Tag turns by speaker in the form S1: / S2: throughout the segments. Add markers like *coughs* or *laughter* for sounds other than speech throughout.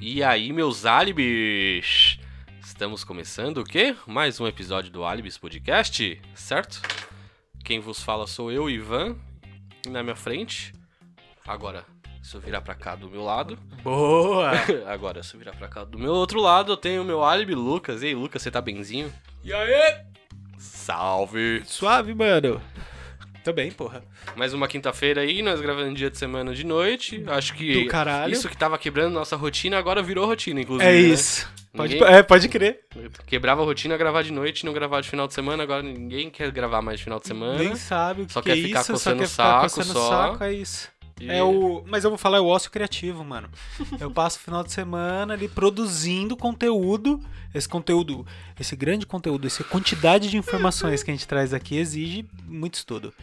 S1: E aí, meus álibis? Estamos começando o quê? Mais um episódio do Álibis Podcast, certo? Quem vos fala sou eu, Ivan, e na minha frente. Agora, se eu virar pra cá do meu lado.
S2: Boa!
S1: *laughs* Agora, se eu virar pra cá do meu outro lado, eu tenho o meu álibi, Lucas. E aí, Lucas, você tá benzinho?
S2: E aí?
S1: Salve!
S2: Suave, mano. Também, porra.
S1: Mais uma quinta-feira aí, nós gravando dia de semana de noite. Acho que
S2: Do caralho.
S1: isso que tava quebrando nossa rotina agora virou rotina, inclusive.
S2: é
S1: né?
S2: isso. Pode,
S1: Ninguém-
S2: é, pode crer.
S1: Quebrava a rotina, gravar de noite, não gravar de final de semana. Agora ninguém quer gravar mais de final de semana.
S2: Nem sabe o que,
S1: Só
S2: que
S1: quer
S2: é
S1: ficar
S2: isso, só
S1: coçando
S2: quer
S1: o
S2: ficar
S1: saco
S2: coçando o
S1: só.
S2: saco, é isso.
S1: E-
S2: É o... Mas eu vou falar, é o ócio
S1: *laughs*
S2: criativo, mano. Eu passo o final de semana ali produzindo conteúdo. Esse conteúdo, esse grande conteúdo, essa quantidade de informações que a gente traz aqui exige muito estudo.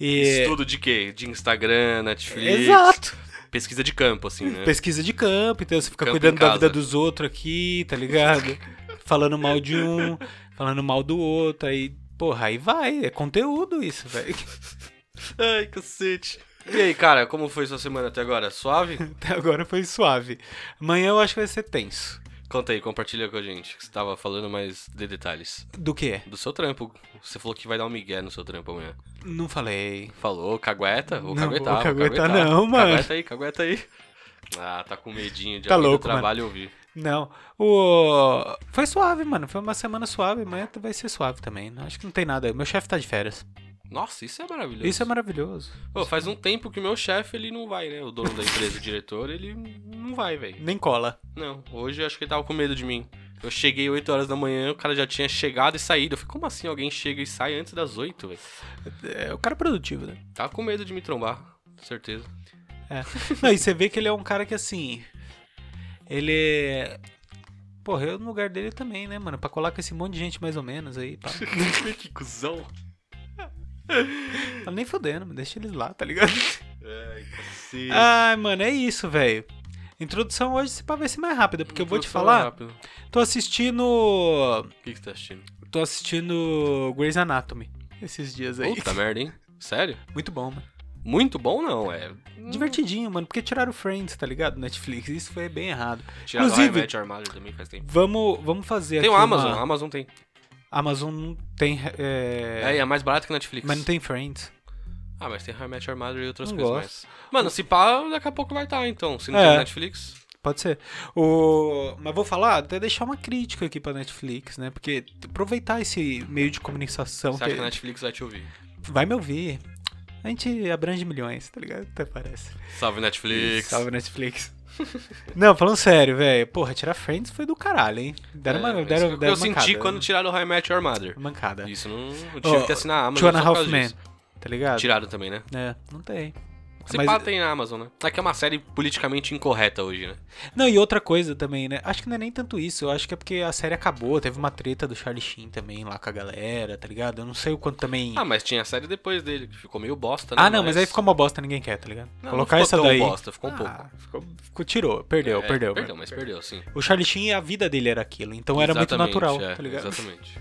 S2: E...
S1: Estudo de quê? De Instagram, Netflix.
S2: é. Exato.
S1: Pesquisa de campo, assim, né?
S2: Pesquisa de campo, então você fica
S1: Campo
S2: cuidando
S1: em
S2: da
S1: casa.
S2: vida dos outros aqui,
S1: *laughs*
S2: tá ligado? falando mal de um, falando mal do outro, aí, porra, aí vai, é conteúdo isso, velho.
S1: *laughs* Ai, cacete. E aí, cara, como foi sua semana até agora?
S2: *laughs*
S1: Suave?
S2: Até agora foi suave. Amanhã eu acho que vai ser tenso.
S1: Conta aí, compartilha com a gente. que Você tava falando mais de detalhes.
S2: Do é? quê?
S1: Do seu trampo. Você falou que vai dar um migué no seu trampo amanhã.
S2: Não falei.
S1: Falou, cagueta? Vou
S2: Não,
S1: caguetar, vou
S2: vou caguetar
S1: caguetar.
S2: não, mano.
S1: Cagueta aí, cagueta aí. Ah, tá com medinho de
S2: Tá
S1: alguém do
S2: louco,
S1: trabalho ouvir.
S2: Não. O... Foi suave, mano. Foi uma semana suave. Amanhã vai ser suave também. Acho que não tem nada. Meu chefe tá de férias.
S1: Nossa, isso é maravilhoso.
S2: Isso é maravilhoso.
S1: Pô, faz um tempo que o meu chefe, ele não vai, né? O dono da empresa, o diretor, ele não vai, velho.
S2: Nem cola.
S1: Não, hoje eu acho que ele tava com medo de mim. Eu cheguei 8 horas da manhã, o cara já tinha chegado e saído. Eu falei, como assim alguém chega e sai antes das 8, velho?
S2: É o cara é produtivo, né?
S1: Tava com medo de me trombar, com certeza.
S2: Não, e você vê que ele é um cara que assim. Ele é. Porra, eu no lugar dele também, né, mano? Pra colar com esse monte de gente mais ou menos aí. Pá.
S1: *laughs* que cuzão.
S2: Tá nem fodendo, deixa eles lá, tá ligado?
S1: Ai, cacete.
S2: Ai, mano, é isso, velho. Introdução hoje se pá, vai ser mais rápida, porque eu vou te
S1: Introdução
S2: falar.
S1: rápido.
S2: Tô assistindo.
S1: O que, que você tá assistindo?
S2: Tô assistindo Grey's Anatomy esses dias aí.
S1: Puta merda, hein? Sério?
S2: *laughs* Muito bom, mano.
S1: Muito bom não, é.
S2: Divertidinho, mano, porque tiraram o Friends, tá ligado? Netflix. Isso foi bem errado.
S1: Tiraram
S2: Inclusive-
S1: Inclusive... a armário também faz tempo.
S2: Vamos, vamos fazer
S1: Tem o
S2: aqui.
S1: Amazon, né?
S2: Uma...
S1: Amazon tem.
S2: Amazon não tem. é,
S1: É, e é mais barato que Netflix.
S2: Mas não tem Friends.
S1: Ah, mas tem High Match Armada e outras
S2: Não
S1: coisas
S2: gosto.
S1: mais. Mano, se pá, daqui a pouco vai estar, então. Se não
S2: É.
S1: tem Netflix.
S2: Pode ser. O... Mas vou falar, até deixar uma crítica aqui pra Netflix, né? Porque aproveitar esse meio de comunicação.
S1: Você acha
S2: que-
S1: que a Netflix vai te ouvir?
S2: Vai me ouvir. A gente abrange milhões, tá ligado? Até parece.
S1: Salve Netflix.
S2: Salve Netflix. *laughs* Não, falando sério, velho. Porra, tirar Friends foi do caralho, hein? Deram
S1: É,
S2: uma.
S1: isso
S2: Deram,
S1: que eu-
S2: deram
S1: eu senti
S2: mancada. né?
S1: quando tiraram o High Match Armada.
S2: Mancada.
S1: Isso não. Eu
S2: Ó,
S1: tive que assinar a Amazon.
S2: Joanna
S1: só por causa
S2: Halfman,
S1: disso.
S2: tá ligado?
S1: Tiraram também, né?
S2: É, não tem.
S1: Se
S2: Ah, Mas-
S1: pá, tem na Amazon, né? Só que é uma série politicamente incorreta hoje, né?
S2: Não, e outra coisa também, né? Acho que não é nem tanto isso. Eu acho que é porque a série acabou. Teve uma treta do Charlie Sheen também lá com a galera, tá ligado? Eu não sei o quanto também.
S1: Ah, mas tinha a série depois dele, que ficou meio bosta, né?
S2: Ah, não, mas aí ficou uma bosta, ninguém quer, tá ligado?
S1: Não,
S2: Colocar
S1: não ficou
S2: essa
S1: tão
S2: daí.
S1: bosta, ficou um
S2: Ah, ficou, ficou- tirou, perdeu,
S1: É,
S2: perdeu.
S1: Perdeu,
S2: mano.
S1: mas perdeu, sim.
S2: O Charlie Sheen, a vida dele era aquilo, então era muito
S1: Exatamente,
S2: natural,
S1: é,
S2: tá ligado?
S1: Exatamente.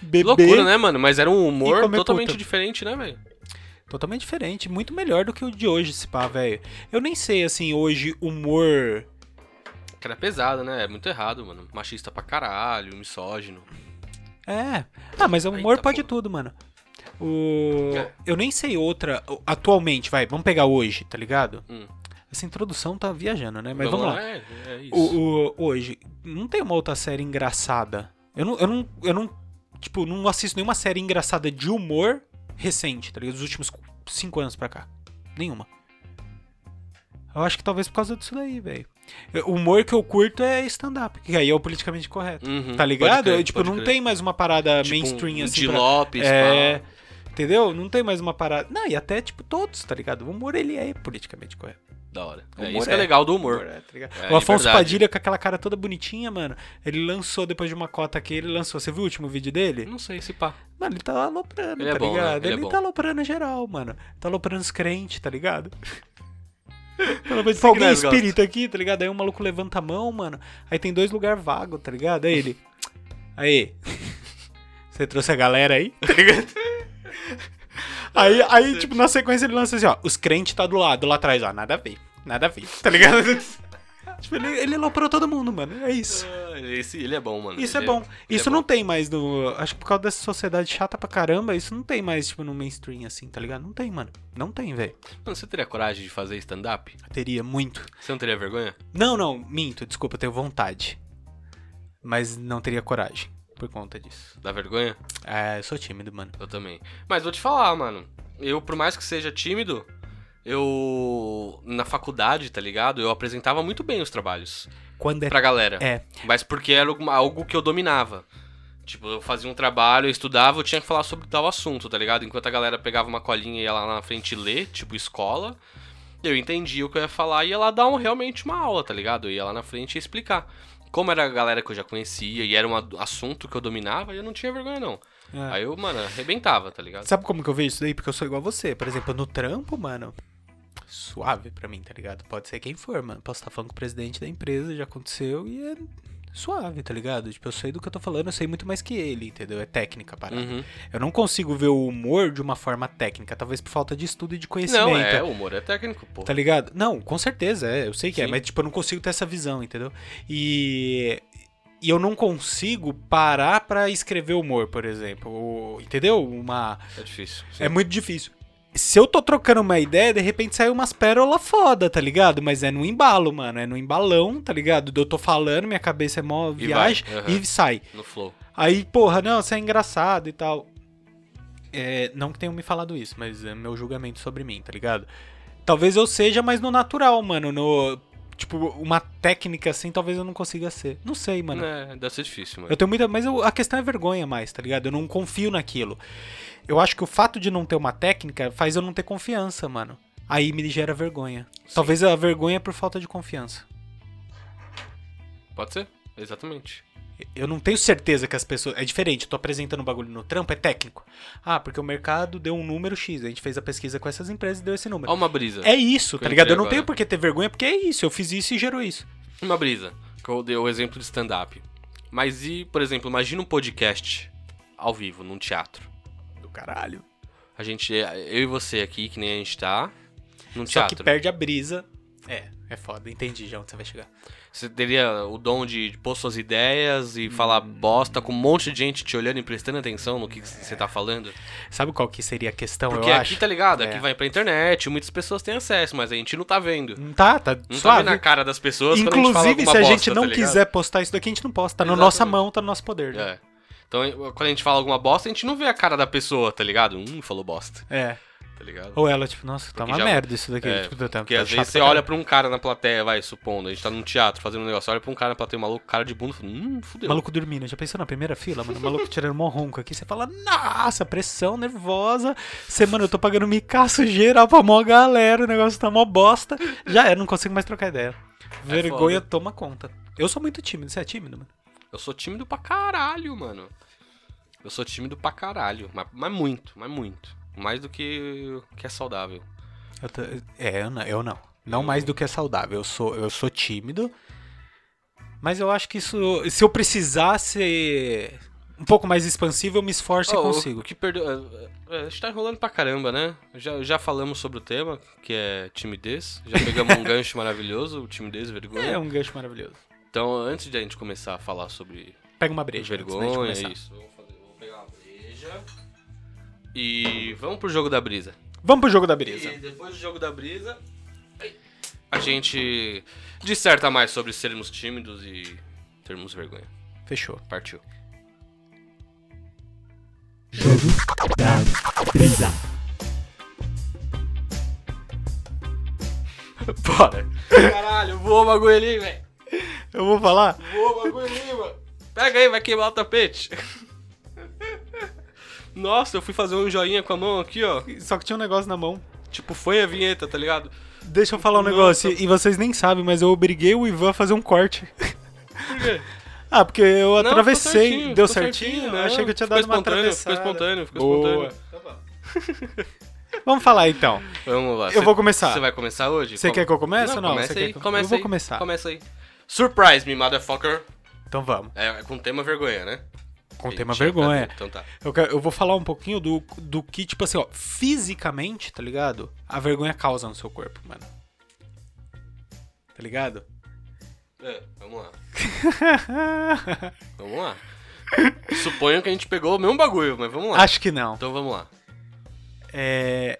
S2: Bebê
S1: Loucura, né, mano? Mas era um humor
S2: comer
S1: totalmente
S2: puta.
S1: diferente, né, velho?
S2: totalmente diferente, muito melhor do que o de hoje, se pá, velho. Eu nem sei, assim, hoje, humor...
S1: Que era pesado, né? É muito errado, mano. Machista pra caralho, misógino.
S2: É, ah, mas o humor
S1: Eita,
S2: pode
S1: porra.
S2: tudo, mano. O...
S1: tá É.
S2: Eu nem sei outra, atualmente, vai, vamos pegar hoje, tá ligado?
S1: Hum.
S2: Essa introdução tá viajando, né? Mas vamos lá.
S1: É, é isso.
S2: O, o- hoje, não tem uma outra série engraçada. Eu não, eu não, eu não, tipo, não assisto nenhuma série engraçada de humor recente, tá ligado? Dos últimos cu- cinco anos pra cá. Nenhuma. Eu acho que talvez por causa disso daí, velho. Eu- O humor que eu curto é stand-up, que aí é o politicamente correto.
S1: Uhum,
S2: Tá ligado?
S1: pode crer,
S2: Eu, tipo,
S1: pode
S2: não
S1: crer.
S2: tem mais uma parada
S1: Tipo,
S2: mainstream
S1: um
S2: assim.
S1: De
S2: pra-
S1: Lopes,
S2: é,
S1: pá.
S2: entendeu? Não tem mais uma parada. Não, e até, tipo, todos, tá ligado? O humor, ele é politicamente correto.
S1: Da hora.
S2: Humor
S1: É isso que é
S2: é.
S1: legal do humor.
S2: É, tá ligado?
S1: É,
S2: o Afonso
S1: liberdade.
S2: Padilha com aquela cara toda bonitinha, mano. Ele lançou depois de uma cota aqui, ele lançou. Você viu o último vídeo dele?
S1: Não sei se pá.
S2: Mano, ele tá aloprando,
S1: Ele é
S2: tá
S1: bom, né?
S2: ligado?
S1: Ele é
S2: Ele,
S1: bom.
S2: tá aloprando geral, mano. Tá aloprando os crentes,
S1: *laughs*
S2: tá ligado? Pelo menos
S1: que
S2: tem alguém
S1: nós gosta.
S2: espírita aqui, tá ligado? Aí um maluco levanta a mão, mano. Aí tem dois lugares vagos, tá ligado? Aí ele. Aí. *laughs* Você trouxe a galera
S1: *laughs*
S2: aí? Tá ligado? Aí, aí, tipo, na sequência ele lança assim, ó. Os crentes tá do lado, lá atrás, ó. Nada a ver. Nada a ver, tá ligado? *laughs* Tipo, ele, ele aloprou todo mundo, mano. É isso.
S1: Ah, Esse, ele é bom, mano.
S2: Isso é
S1: Ele
S2: bom.
S1: ele
S2: Isso
S1: é
S2: não
S1: bom.
S2: tem mais no. Acho que por causa dessa sociedade chata pra caramba, isso não tem mais, tipo, no mainstream, assim, tá ligado? Não tem, mano. Não tem, velho.
S1: Mano, você teria coragem de fazer stand-up?
S2: Teria muito.
S1: Você não teria vergonha?
S2: Não, não, minto, desculpa, eu tenho vontade. Mas não teria coragem por conta disso.
S1: Dá vergonha?
S2: É, eu sou tímido, mano.
S1: Eu também. Mas vou te falar, mano. Eu, por mais que seja tímido, eu. Na faculdade, tá ligado? Eu apresentava muito bem os trabalhos
S2: Quando é.
S1: pra galera.
S2: É.
S1: Mas porque era alguma- algo que eu dominava. Tipo, eu fazia um trabalho, eu estudava, eu tinha que falar sobre tal assunto, tá ligado? Enquanto a galera pegava uma colinha e ia lá na frente ler, tipo escola, eu entendia o que eu ia falar e ia lá dar um- realmente uma aula, tá ligado? Eu ia lá na frente e ia explicar. Como era a galera que eu já conhecia e era um a- assunto que eu dominava, eu não tinha vergonha, não.
S2: é.
S1: Aí eu, mano, arrebentava, tá ligado?
S2: Sabe como que eu vejo isso daí? Porque eu sou igual a você. Por exemplo, no trampo, mano, suave pra mim, tá ligado? Pode ser quem for, mano. Posso estar falando com o presidente da empresa, já aconteceu, e é suave, tá ligado? Tipo, eu sei do que eu tô falando, eu sei muito mais que ele, entendeu? É técnica a parada.
S1: Uhum.
S2: Eu não consigo ver o humor de uma forma técnica, talvez por falta de estudo e de conhecimento.
S1: Não, é, o humor é técnico, pô.
S2: Tá ligado? Não, com certeza, é, eu sei que é,
S1: Sim.
S2: mas tipo, eu não consigo ter essa visão, entendeu? E e eu não consigo parar pra escrever humor, por exemplo, ou- entendeu? Uma
S1: É difícil.
S2: é muito difícil. Se eu tô trocando uma ideia, de repente sai umas pérolas foda, tá ligado? Mas é no embalo, mano, é no embalão, tá ligado? Eu tô falando, minha cabeça é mó viagem
S1: vai, aham.
S2: e sai.
S1: No flow.
S2: Aí, porra, não, você é engraçado e tal. É, não que tenham me falado isso, mas é meu julgamento sobre mim, tá ligado? Talvez eu seja, mas no natural, mano. No, tipo, uma técnica assim, talvez eu não consiga ser. Não sei, mano.
S1: É, deve ser difícil, mano.
S2: Eu tenho muita. Mas eu- a questão é vergonha mais, tá ligado? Eu não confio naquilo. Eu acho que o fato de não ter uma técnica faz eu não ter confiança, mano. Aí me gera vergonha.
S1: Sim.
S2: Talvez a vergonha é por falta de confiança.
S1: Pode ser? Exatamente.
S2: Eu não tenho certeza que as pessoas. É diferente, eu tô apresentando um bagulho no trampo, é técnico. Ah, porque o mercado deu um número X. A gente fez a pesquisa com essas empresas e deu esse número.
S1: Ó, uma brisa.
S2: É isso,
S1: Que
S2: tá
S1: eu
S2: ligado? Eu
S1: entrei
S2: não tenho
S1: agora.
S2: por que ter vergonha, porque é isso. Eu fiz isso e gerou isso.
S1: Uma brisa. Que eu dei o exemplo de stand-up. Mas e, por exemplo, imagina um podcast ao vivo, num teatro.
S2: Do caralho.
S1: A gente, eu e você aqui, que nem a gente tá, num
S2: Só que
S1: teatro.
S2: perde a brisa. É, é foda. Entendi já onde você vai chegar.
S1: Você teria o dom de pôr suas ideias e falar
S2: Hum.
S1: bosta com um monte de gente te olhando e prestando atenção no que que você tá falando?
S2: Sabe qual que seria a questão,
S1: Porque
S2: Então, eu
S1: aqui,
S2: acho?
S1: tá ligado? Aqui
S2: É.
S1: vai pra internet, muitas pessoas têm acesso, mas a gente não tá vendo.
S2: Não tá, tá
S1: Não tá
S2: suave.
S1: vendo a cara das pessoas quando a gente fala
S2: Inclusive,
S1: alguma
S2: se a
S1: bosta,
S2: gente não
S1: tá ligado?
S2: quiser postar isso daqui, a gente não posta. Tá na nossa
S1: Exatamente.
S2: mão, tá no nosso poder. né?
S1: É. Então, quando a gente fala alguma bosta, a gente não vê a cara da pessoa, tá ligado? Hum, falou bosta,
S2: É.
S1: tá ligado?
S2: Ou ela, tipo, nossa, tá
S1: Porque
S2: uma
S1: já-
S2: merda isso daqui.
S1: É,
S2: tipo, tá- tá
S1: Porque às
S2: chato
S1: vezes você
S2: pra
S1: olha pra um cara na plateia, vai, supondo, a gente tá num teatro fazendo um negócio, olha pra um cara na plateia, um maluco, cara de bunda, fala, hum, fudeu.
S2: Maluco dormindo, já pensou na primeira fila, mano? Maluco tirando mó ronco aqui, você fala, nossa, pressão nervosa. Você, mano, eu tô pagando micaço geral pra mó galera, o negócio tá mó bosta. Já era, não consigo mais trocar ideia. Vergonha
S1: foda.
S2: toma conta. Eu sou muito tímido, você é tímido, mano?
S1: Eu sou tímido pra caralho, mano. Eu sou tímido pra caralho, mas, mas muito, mas muito. Mais do que, que é saudável.
S2: Eu tô- É, eu não. Eu não. Não mais do que é saudável. Eu sou, eu sou tímido. Mas eu acho que isso. Se eu precisasse um pouco mais expansivo, eu me esforço
S1: Ó,
S2: e
S1: o-
S2: consigo.
S1: O que perdeu... é, é, A gente tá enrolando pra caramba, né? Já, já falamos sobre o tema, que é timidez. Já
S2: *laughs*
S1: pegamos um gancho maravilhoso, o timidez, vergonha.
S2: É um gancho maravilhoso.
S1: Então, antes de a gente começar a falar sobre
S2: Pega uma breja. antes da gente
S1: vergonha,
S2: começar.
S1: isso. Vou, fazer, vou pegar uma breja. E vamos pro jogo da brisa.
S2: Vamos pro jogo da brisa.
S1: E depois do jogo da brisa, a gente disserta mais sobre sermos tímidos e termos vergonha.
S2: Fechou.
S1: Partiu. *laughs*
S2: Bora.
S1: Caralho, voa o bagulho ali, velho.
S2: Eu vou falar?
S1: Voa o bagulho ali, mano. Pega aí, vai queimar o tapete. Nossa, eu fui fazer um joinha com a mão aqui, ó.
S2: Só que tinha um negócio na mão.
S1: Tipo, foi a vinheta, tá ligado?
S2: Deixa eu falar um
S1: Nossa.
S2: negócio. E vocês nem sabem, mas eu obriguei o Ivan a fazer um corte.
S1: Por quê?
S2: *laughs* Ah, porque eu
S1: Não,
S2: atravessei.
S1: ficou
S2: Deu
S1: ficou
S2: certinho?
S1: né?
S2: Eu achei que eu tinha
S1: Ficou
S2: dado uma
S1: espontâneo,
S2: atravessada.
S1: Ficou espontâneo, ficou
S2: Boa.
S1: espontâneo.
S2: Vamos falar então.
S1: Vamos lá.
S2: Eu vou começar.
S1: Tá, Você vai começar hoje?
S2: Você
S1: Come-
S2: quer que eu comece ou não?
S1: Começa
S2: Você
S1: aí,
S2: quer que eu-
S1: começa
S2: eu vou
S1: aí,
S2: começar.
S1: Começa aí. Surprise me, motherfucker.
S2: Então vamos.
S1: É, é com tema vergonha, né?
S2: Com o
S1: Ih,
S2: tema
S1: tinha
S2: vergonha.
S1: cadê? Então tá.
S2: Eu, quero- eu vou falar um pouquinho do, do que, tipo assim, ó, fisicamente,
S1: *laughs*
S2: tá ligado? A vergonha causa no seu corpo, mano. Tá ligado?
S1: É, vamos lá. Vamos lá. Suponho que a gente pegou o mesmo bagulho, mas vamos lá.
S2: Acho que não.
S1: Então vamos lá.
S2: é,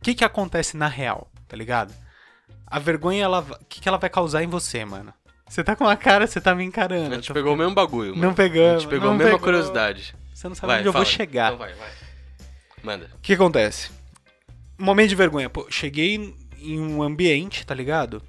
S2: o que que acontece na real, tá ligado? A vergonha, ela, va- o que que ela vai causar em você, mano? Você tá com uma cara, você tá me encarando.
S1: A gente
S2: eu tô-
S1: pegou o mesmo bagulho, mano.
S2: Não pegamos.
S1: A gente pegou a
S2: não
S1: mesma
S2: pegou.
S1: curiosidade.
S2: Você não sabe
S1: Vai,
S2: onde eu
S1: fala.
S2: vou chegar.
S1: Então vai, vai. Manda.
S2: O que acontece? Momento de vergonha. Pô, cheguei em um ambiente, tá ligado?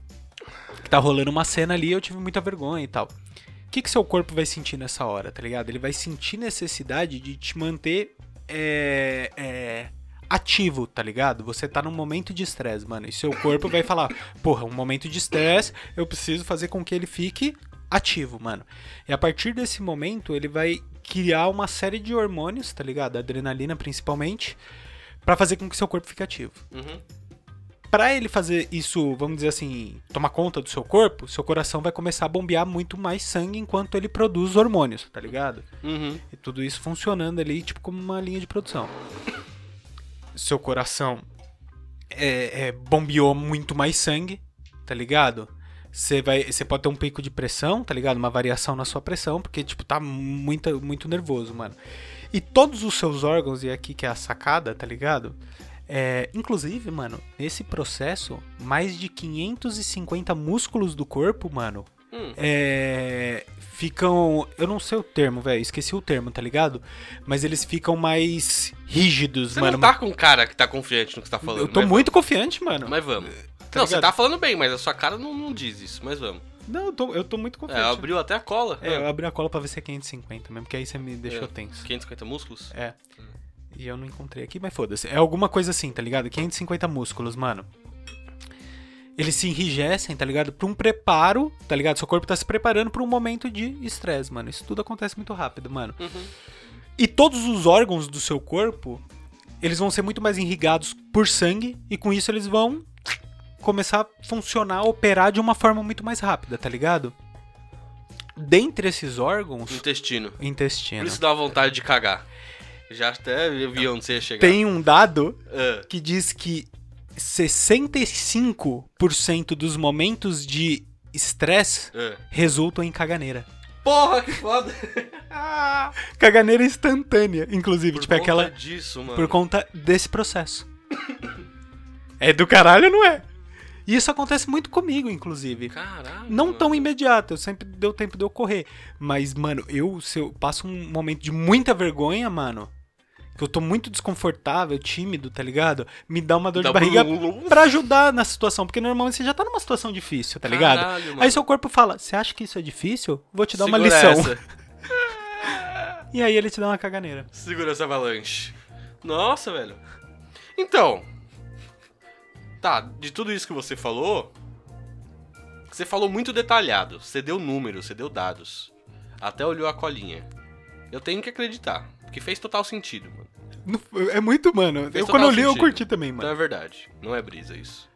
S2: Que tá rolando uma cena ali, eu tive muita vergonha e tal. O que, que seu corpo vai sentir nessa hora, tá ligado? Ele vai sentir necessidade de te manter é, é, ativo, tá ligado? Você tá num momento de estresse, mano. E seu corpo vai falar: porra, um momento de estresse, eu preciso fazer com que ele fique ativo, mano. E a partir desse momento, ele vai criar uma série de hormônios, tá ligado? Adrenalina principalmente, pra fazer com que seu corpo fique ativo.
S1: Uhum.
S2: Pra ele fazer isso, vamos dizer assim, tomar conta do seu corpo, seu coração vai começar a bombear muito mais sangue enquanto ele produz hormônios, tá ligado?
S1: Uhum.
S2: E tudo isso funcionando ali, tipo, como uma linha de produção. Seu coração é, é, bombeou muito mais sangue, tá ligado? Você vai, você pode ter um pico de pressão, tá ligado? Uma variação na sua pressão, porque tipo tá muito, muito nervoso, mano. E todos os seus órgãos e aqui que é a sacada, tá ligado? É, inclusive, mano, nesse processo, mais de 550 músculos do corpo, mano,
S1: Hum.
S2: Uhum. é, ficam. Eu não sei o termo, velho. Esqueci o termo, tá ligado? Mas eles ficam mais rígidos,
S1: Você
S2: mano.
S1: não tá com cara que tá confiante no que você tá falando.
S2: eu tô
S1: mas,
S2: muito confiante, mano.
S1: Mas vamos.
S2: Tá
S1: não, você
S2: ligado?
S1: tá falando bem, mas a sua cara não, não diz isso, mas vamos.
S2: Não, eu tô, eu tô muito
S1: É,
S2: confiante.
S1: abriu até a cola.
S2: É, eu
S1: Ah,
S2: abri a cola pra ver se é 550 mesmo, porque aí você me deixou
S1: É.
S2: tenso.
S1: 550 músculos?
S2: É. E eu não encontrei aqui, mas foda-se. É alguma coisa assim, tá ligado? 550 músculos, mano. Eles se enrijecem, tá ligado? Pra um preparo, tá ligado? Seu corpo tá se preparando pra um momento de estresse, mano. Isso tudo acontece muito rápido, mano.
S1: Uhum.
S2: E todos os órgãos do seu corpo, eles vão ser muito mais irrigados por sangue e com isso eles vão começar a funcionar, operar de uma forma muito mais rápida, tá ligado? Dentre esses órgãos,
S1: Intestino. Por
S2: intestino.
S1: isso dá vontade de cagar. Já até vi onde você ia chegar.
S2: Tem um dado
S1: Ah,
S2: que diz que 65% dos momentos de estresse
S1: ah.
S2: resultam em caganeira.
S1: Porra, que
S2: *laughs*
S1: foda.
S2: Tipo, Caganeira instantânea, inclusive,
S1: Por
S2: tipo é
S1: conta
S2: aquela
S1: disso, né? mano.
S2: por conta desse processo. é do caralho, não é? E isso acontece muito comigo, inclusive.
S1: Caralho.
S2: Não
S1: mano.
S2: tão imediato, eu sempre deu tempo de eu correr. Mas, mano, eu, se eu passo um momento de muita vergonha, mano, que eu tô muito desconfortável, tímido, tá ligado? Me dá uma dor
S1: Dá
S2: de barriga
S1: blum.
S2: pra ajudar na situação, porque normalmente você já tá numa situação difícil, tá ligado?
S1: Caralho, mano.
S2: Aí seu corpo fala: Você acha que isso é difícil? Vou te dar uma
S1: Segura
S2: lição.
S1: Essa.
S2: *laughs* E aí ele te dá uma caganeira.
S1: Segura essa avalanche. Nossa, velho. Então. Tá, de tudo isso que você falou. Você falou muito detalhado. Você deu números, você deu dados. Até olhou a colinha. Eu tenho que acreditar. Porque fez total sentido, mano.
S2: Não- É muito, mano.
S1: Fez
S2: Eu, quando eu
S1: total
S2: li, eu
S1: sentido. É.
S2: curti também, mano.
S1: Então é verdade. Não é brisa isso.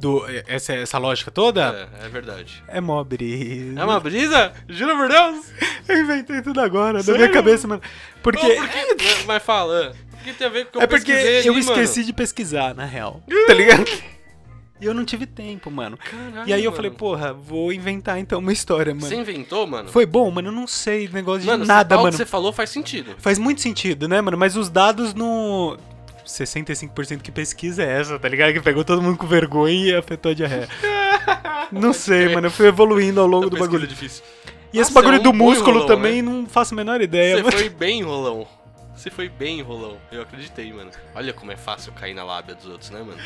S2: do, é, essa, essa lógica toda?
S1: É, é verdade.
S2: É, mobre.
S1: É uma brisa? Juro por Deus?
S2: Eu inventei tudo agora, da minha
S1: Sério?
S2: cabeça, mano. Porque.
S1: Não, porque... Mas fala. O que tem a ver com o que eu
S2: é porque
S1: pesquisei
S2: eu
S1: ali, mano?
S2: esqueci de pesquisar,
S1: *laughs*
S2: na real. Tá ligado? E eu não tive tempo, mano.
S1: Caralho,
S2: E aí eu
S1: mano.
S2: falei, porra, vou inventar então uma história, mano.
S1: Você inventou, mano?
S2: Foi bom, mano, eu não sei negócio
S1: mano,
S2: de nada,
S1: o
S2: mano.
S1: que você tá falou faz sentido.
S2: Faz muito sentido, né, mano? Mas os dados no. 65% que pesquisa é essa, tá ligado? Que pegou todo mundo com vergonha e afetou
S1: *laughs*
S2: a diarreia. não sei, mano. Eu fui evoluindo ao longo
S1: Da
S2: do
S1: pesquisa
S2: bagulho.
S1: difícil.
S2: E
S1: Nossa,
S2: esse bagulho
S1: é um
S2: do
S1: bom
S2: músculo
S1: enrolão, né?
S2: também, não faço a menor ideia.
S1: Você foi bem rolão. Você foi bem rolão. Eu acreditei, mano. Olha como é fácil cair na lábia dos outros, né, mano?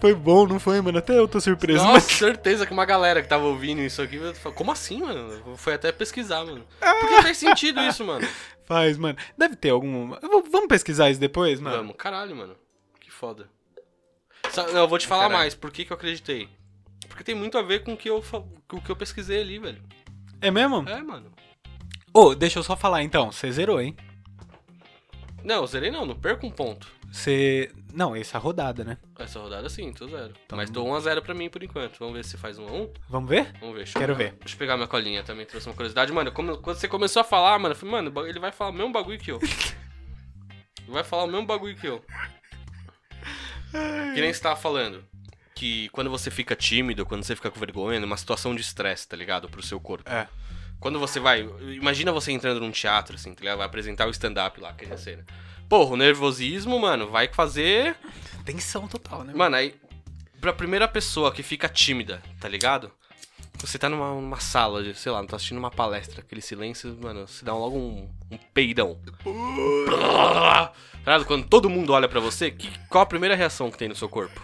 S2: Foi bom, não foi, mano? Até eu tô surpreso.
S1: Nossa,
S2: mas-
S1: certeza que uma galera que tava ouvindo isso aqui falou, como assim, mano? Foi até pesquisar, mano.
S2: Ah.
S1: Porque faz sentido isso, mano.
S2: Faz, mano. Deve ter algum. Eu vou- Vamos pesquisar isso depois, *laughs* mano?
S1: Vamos, caralho, mano. Que foda. Sa- não, eu vou te falar
S2: Caralho.
S1: mais. Por que, que eu acreditei? Porque tem muito a ver com o que eu, fa- com o que eu pesquisei ali, velho.
S2: É mesmo?
S1: É, mano.
S2: Ô, deixa eu só falar então. Você zerou, hein?
S1: Não, eu zerei não, não perco um ponto.
S2: Você. Não, essa rodada, né?
S1: Essa rodada sim, tô zero.
S2: Tá
S1: Mas tô 1x0 pra mim por enquanto. Vamos ver se faz 1x1.
S2: Vamos ver?
S1: Vamos ver. Deixa eu-
S2: Quero ver.
S1: Deixa eu pegar minha colinha também, trouxe uma curiosidade. Mano, como- quando você começou a falar, mano, eu falei, mano, o ba- ele vai falar o mesmo bagulho
S2: *laughs*
S1: que eu. Ele vai falar o mesmo bagulho que eu. Que nem você tava falando. que quando você fica tímido, quando você fica com vergonha, é uma situação de estresse, tá ligado? Pro seu corpo.
S2: É.
S1: Quando você vai. Imagina você entrando num teatro, assim, tá ligado? Vai apresentar o stand-up lá, aquela cena. Porra, o nervosismo, mano, vai fazer.
S2: Tensão total, né?
S1: Mano, aí. Pra primeira pessoa que fica tímida, tá ligado? Você tá numa, numa sala, de, sei lá, tá assistindo uma palestra, aquele silêncio, mano, se dá logo um, um peidão. Tá ligado? Quando todo mundo olha pra você, que, qual a primeira reação que tem no seu corpo?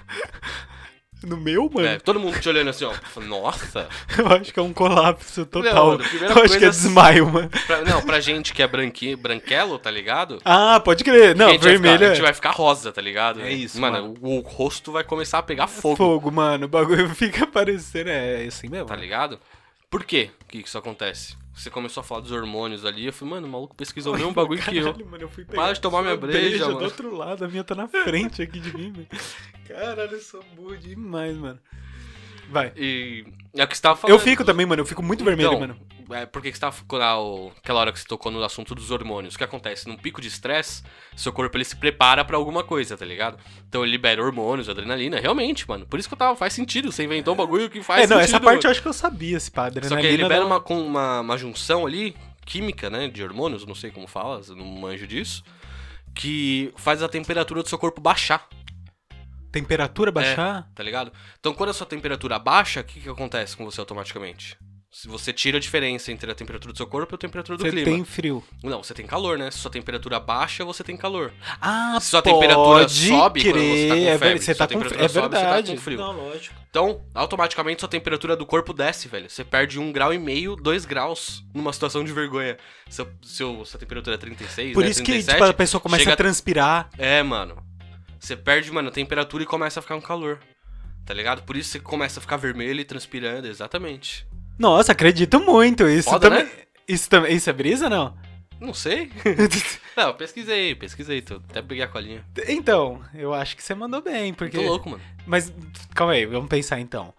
S2: No meu, mano,
S1: É, todo mundo te olhando assim, ó. fala, Nossa!
S2: eu acho que é um colapso
S1: Não,
S2: total.
S1: mano, a
S2: eu
S1: primeira
S2: acho que é
S1: coisa- assim.
S2: desmaio, mano.
S1: Pra- não, pra gente que é branqui, branquelo, tá ligado?
S2: Ah, pode crer. Não,
S1: a gente vai ficar-
S2: vermelho
S1: a gente
S2: é
S1: vai ficar rosa, tá ligado?
S2: É isso,
S1: Mano, O, o rosto vai começar a pegar é fogo,
S2: fogo, mano. O bagulho *laughs* fica parecendo. É assim mesmo.
S1: tá ligado? Por quê que que isso acontece? Você começou a falar dos hormônios ali, eu falei, mano, o maluco pesquisou o
S2: *laughs*
S1: mesmo É um bagulho que eu.
S2: Caralho, mano, fui
S1: Para
S2: pegar
S1: de tomar minha
S2: sua
S1: breja, mano.
S2: do outro lado, a minha tá na frente aqui de mim, velho. Caralho, eu sou burro demais, mano. Vai.
S1: E é o que você tava falando.
S2: Eu fico também, mano. Eu fico muito vermelho,
S1: Então,
S2: mano.
S1: É, por que que você tava quando a- o- aquela hora que você tocou no assunto dos hormônios? O que acontece? Num pico de estresse, seu corpo ele se prepara pra alguma coisa, tá ligado? Então ele libera hormônios, adrenalina, realmente, mano. Por isso que eu tava, faz sentido, você inventou um bagulho que faz
S2: é, não,
S1: sentido.
S2: essa parte
S1: mano.
S2: eu acho que eu sabia, esse padre. né?
S1: Só que ele libera uma, com uma, uma junção ali, química, né, de hormônios, não sei como fala, eu não manjo disso, que faz a temperatura do seu corpo baixar.
S2: Temperatura baixar?
S1: tá ligado? Então, quando a sua temperatura baixa, o que, que acontece com você automaticamente? Se você tira a diferença entre a temperatura do seu corpo e a temperatura do
S2: Você
S1: clima.
S2: tem frio.
S1: Não, você tem calor, né? Se sua temperatura baixa, você tem calor.
S2: Ah,
S1: Se sua temperatura
S2: pode
S1: sobe
S2: crer.
S1: quando você tá com
S2: é, ver-
S1: febre, sua
S2: Você tá com frio.
S1: temperatura
S2: É
S1: sobe, você tá com
S2: verdade.
S1: frio.
S2: Não, lógico.
S1: Então, automaticamente sua temperatura do corpo desce, velho. Você perde um grau e meio, dois graus numa situação de vergonha. Seu, seu- sua temperatura é 36,
S2: Por
S1: né?
S2: isso que
S1: 37,
S2: tipo, a pessoa começa
S1: chega-
S2: a transpirar.
S1: É, mano. Você perde, mano, a temperatura e começa a ficar um calor. Tá ligado? Por isso você começa a ficar vermelho e transpirando, exatamente.
S2: Nossa, acredito muito. Isso
S1: Foda, né?
S2: também. Isso também. Isso é
S1: *laughs*
S2: brisa, não?
S1: Não sei. Não, eu pesquisei, pesquisei tudo. Até peguei a colinha.
S2: Então, eu acho que você mandou bem, porque.
S1: Tô louco, mano.
S2: Mas, calma aí, vamos pensar então.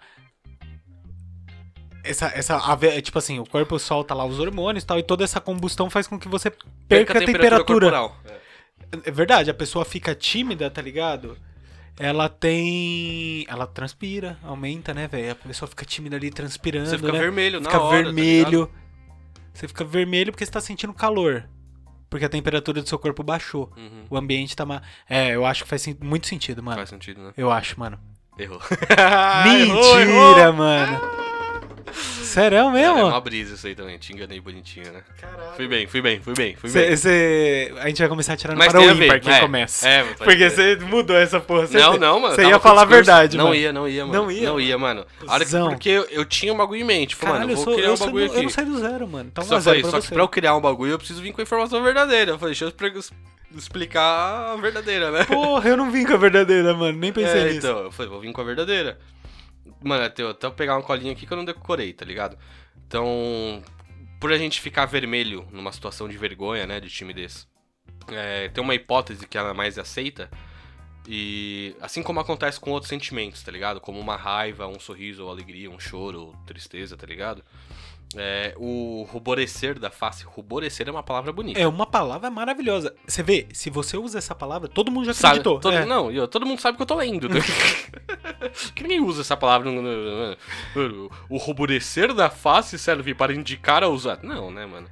S2: Essa, essa, a ve- tipo assim, o corpo solta lá os hormônios e tal, e toda essa combustão faz com que você perca, a temperatura.
S1: corporal.
S2: É verdade, a pessoa fica tímida, tá ligado? Ela tem. Ela transpira, aumenta, né, velho? A pessoa fica tímida ali transpirando.
S1: Você fica
S2: né?
S1: vermelho na
S2: Fica
S1: hora, tá
S2: vermelho. você fica vermelho porque você tá sentindo calor. Porque a temperatura do seu corpo baixou.
S1: ligado? Uhum.
S2: O ambiente tá. ma- É, eu acho que faz sen- muito sentido, mano.
S1: Faz sentido, né?
S2: Eu acho, mano. *laughs*
S1: Errou.
S2: Mentira,
S1: Errou, errou.
S2: mano. Sério
S1: É
S2: mesmo?
S1: uma brisa isso aí também. Te enganei bonitinho, né? Fui bem, fui bem, fui bem, fui bem.
S2: Cê- cê- A gente vai começar a tirar no
S1: Mas
S2: para
S1: tem a
S2: o
S1: ver.
S2: ímpar quem
S1: é.
S2: começa.
S1: É, pode
S2: Porque
S1: ser.
S2: você mudou essa porra. cê-
S1: Não, não, mano.
S2: Você
S1: eu
S2: ia
S1: tava
S2: falar a
S1: com discurso-
S2: verdade,
S1: não
S2: mano.
S1: ia, não ia, mano.
S2: Não ia,
S1: Não ia, mano. A hora que,
S2: Cusão.
S1: porque eu, eu tinha um bagulho em mente. Falei,
S2: Caralho,
S1: mano,
S2: eu,
S1: eu vou
S2: sou,
S1: criar
S2: eu,
S1: um
S2: sou,
S1: bagulho
S2: do- eu não
S1: aqui.
S2: saio do zero, mano. Tá um
S1: só
S2: a zero
S1: falei,
S2: pra
S1: só
S2: você.
S1: que pra eu criar um bagulho eu preciso vir com a informação verdadeira. Eu falei, deixa eu pre- explicar a verdadeira, né?
S2: Porra, eu não vim com a verdadeira, mano. Nem pensei
S1: É,
S2: nisso.
S1: então, eu falei, vou vir com a verdadeira. Mano, até eu até eu pegar uma colinha aqui que eu não decorei, tá ligado? Então, por a gente ficar vermelho numa situação de vergonha, né, de timidez, é, tem uma hipótese que ela é mais aceita, e assim como acontece com outros sentimentos, tá ligado? Como uma raiva, um sorriso, ou alegria, um choro, ou tristeza, tá ligado? É, o ruborecer da face, ruborecer é uma palavra bonita.
S2: É uma palavra maravilhosa. Você vê, se você usa essa palavra, todo mundo já
S1: Sabe,
S2: acreditou.
S1: todo-
S2: é.
S1: Não, e eu- todo mundo sabe que eu tô
S2: *laughs*
S1: lendo. que ninguém usa essa palavra. no- no- no- O ruborecer da face serve para indicar aos. a- Não, né, mano?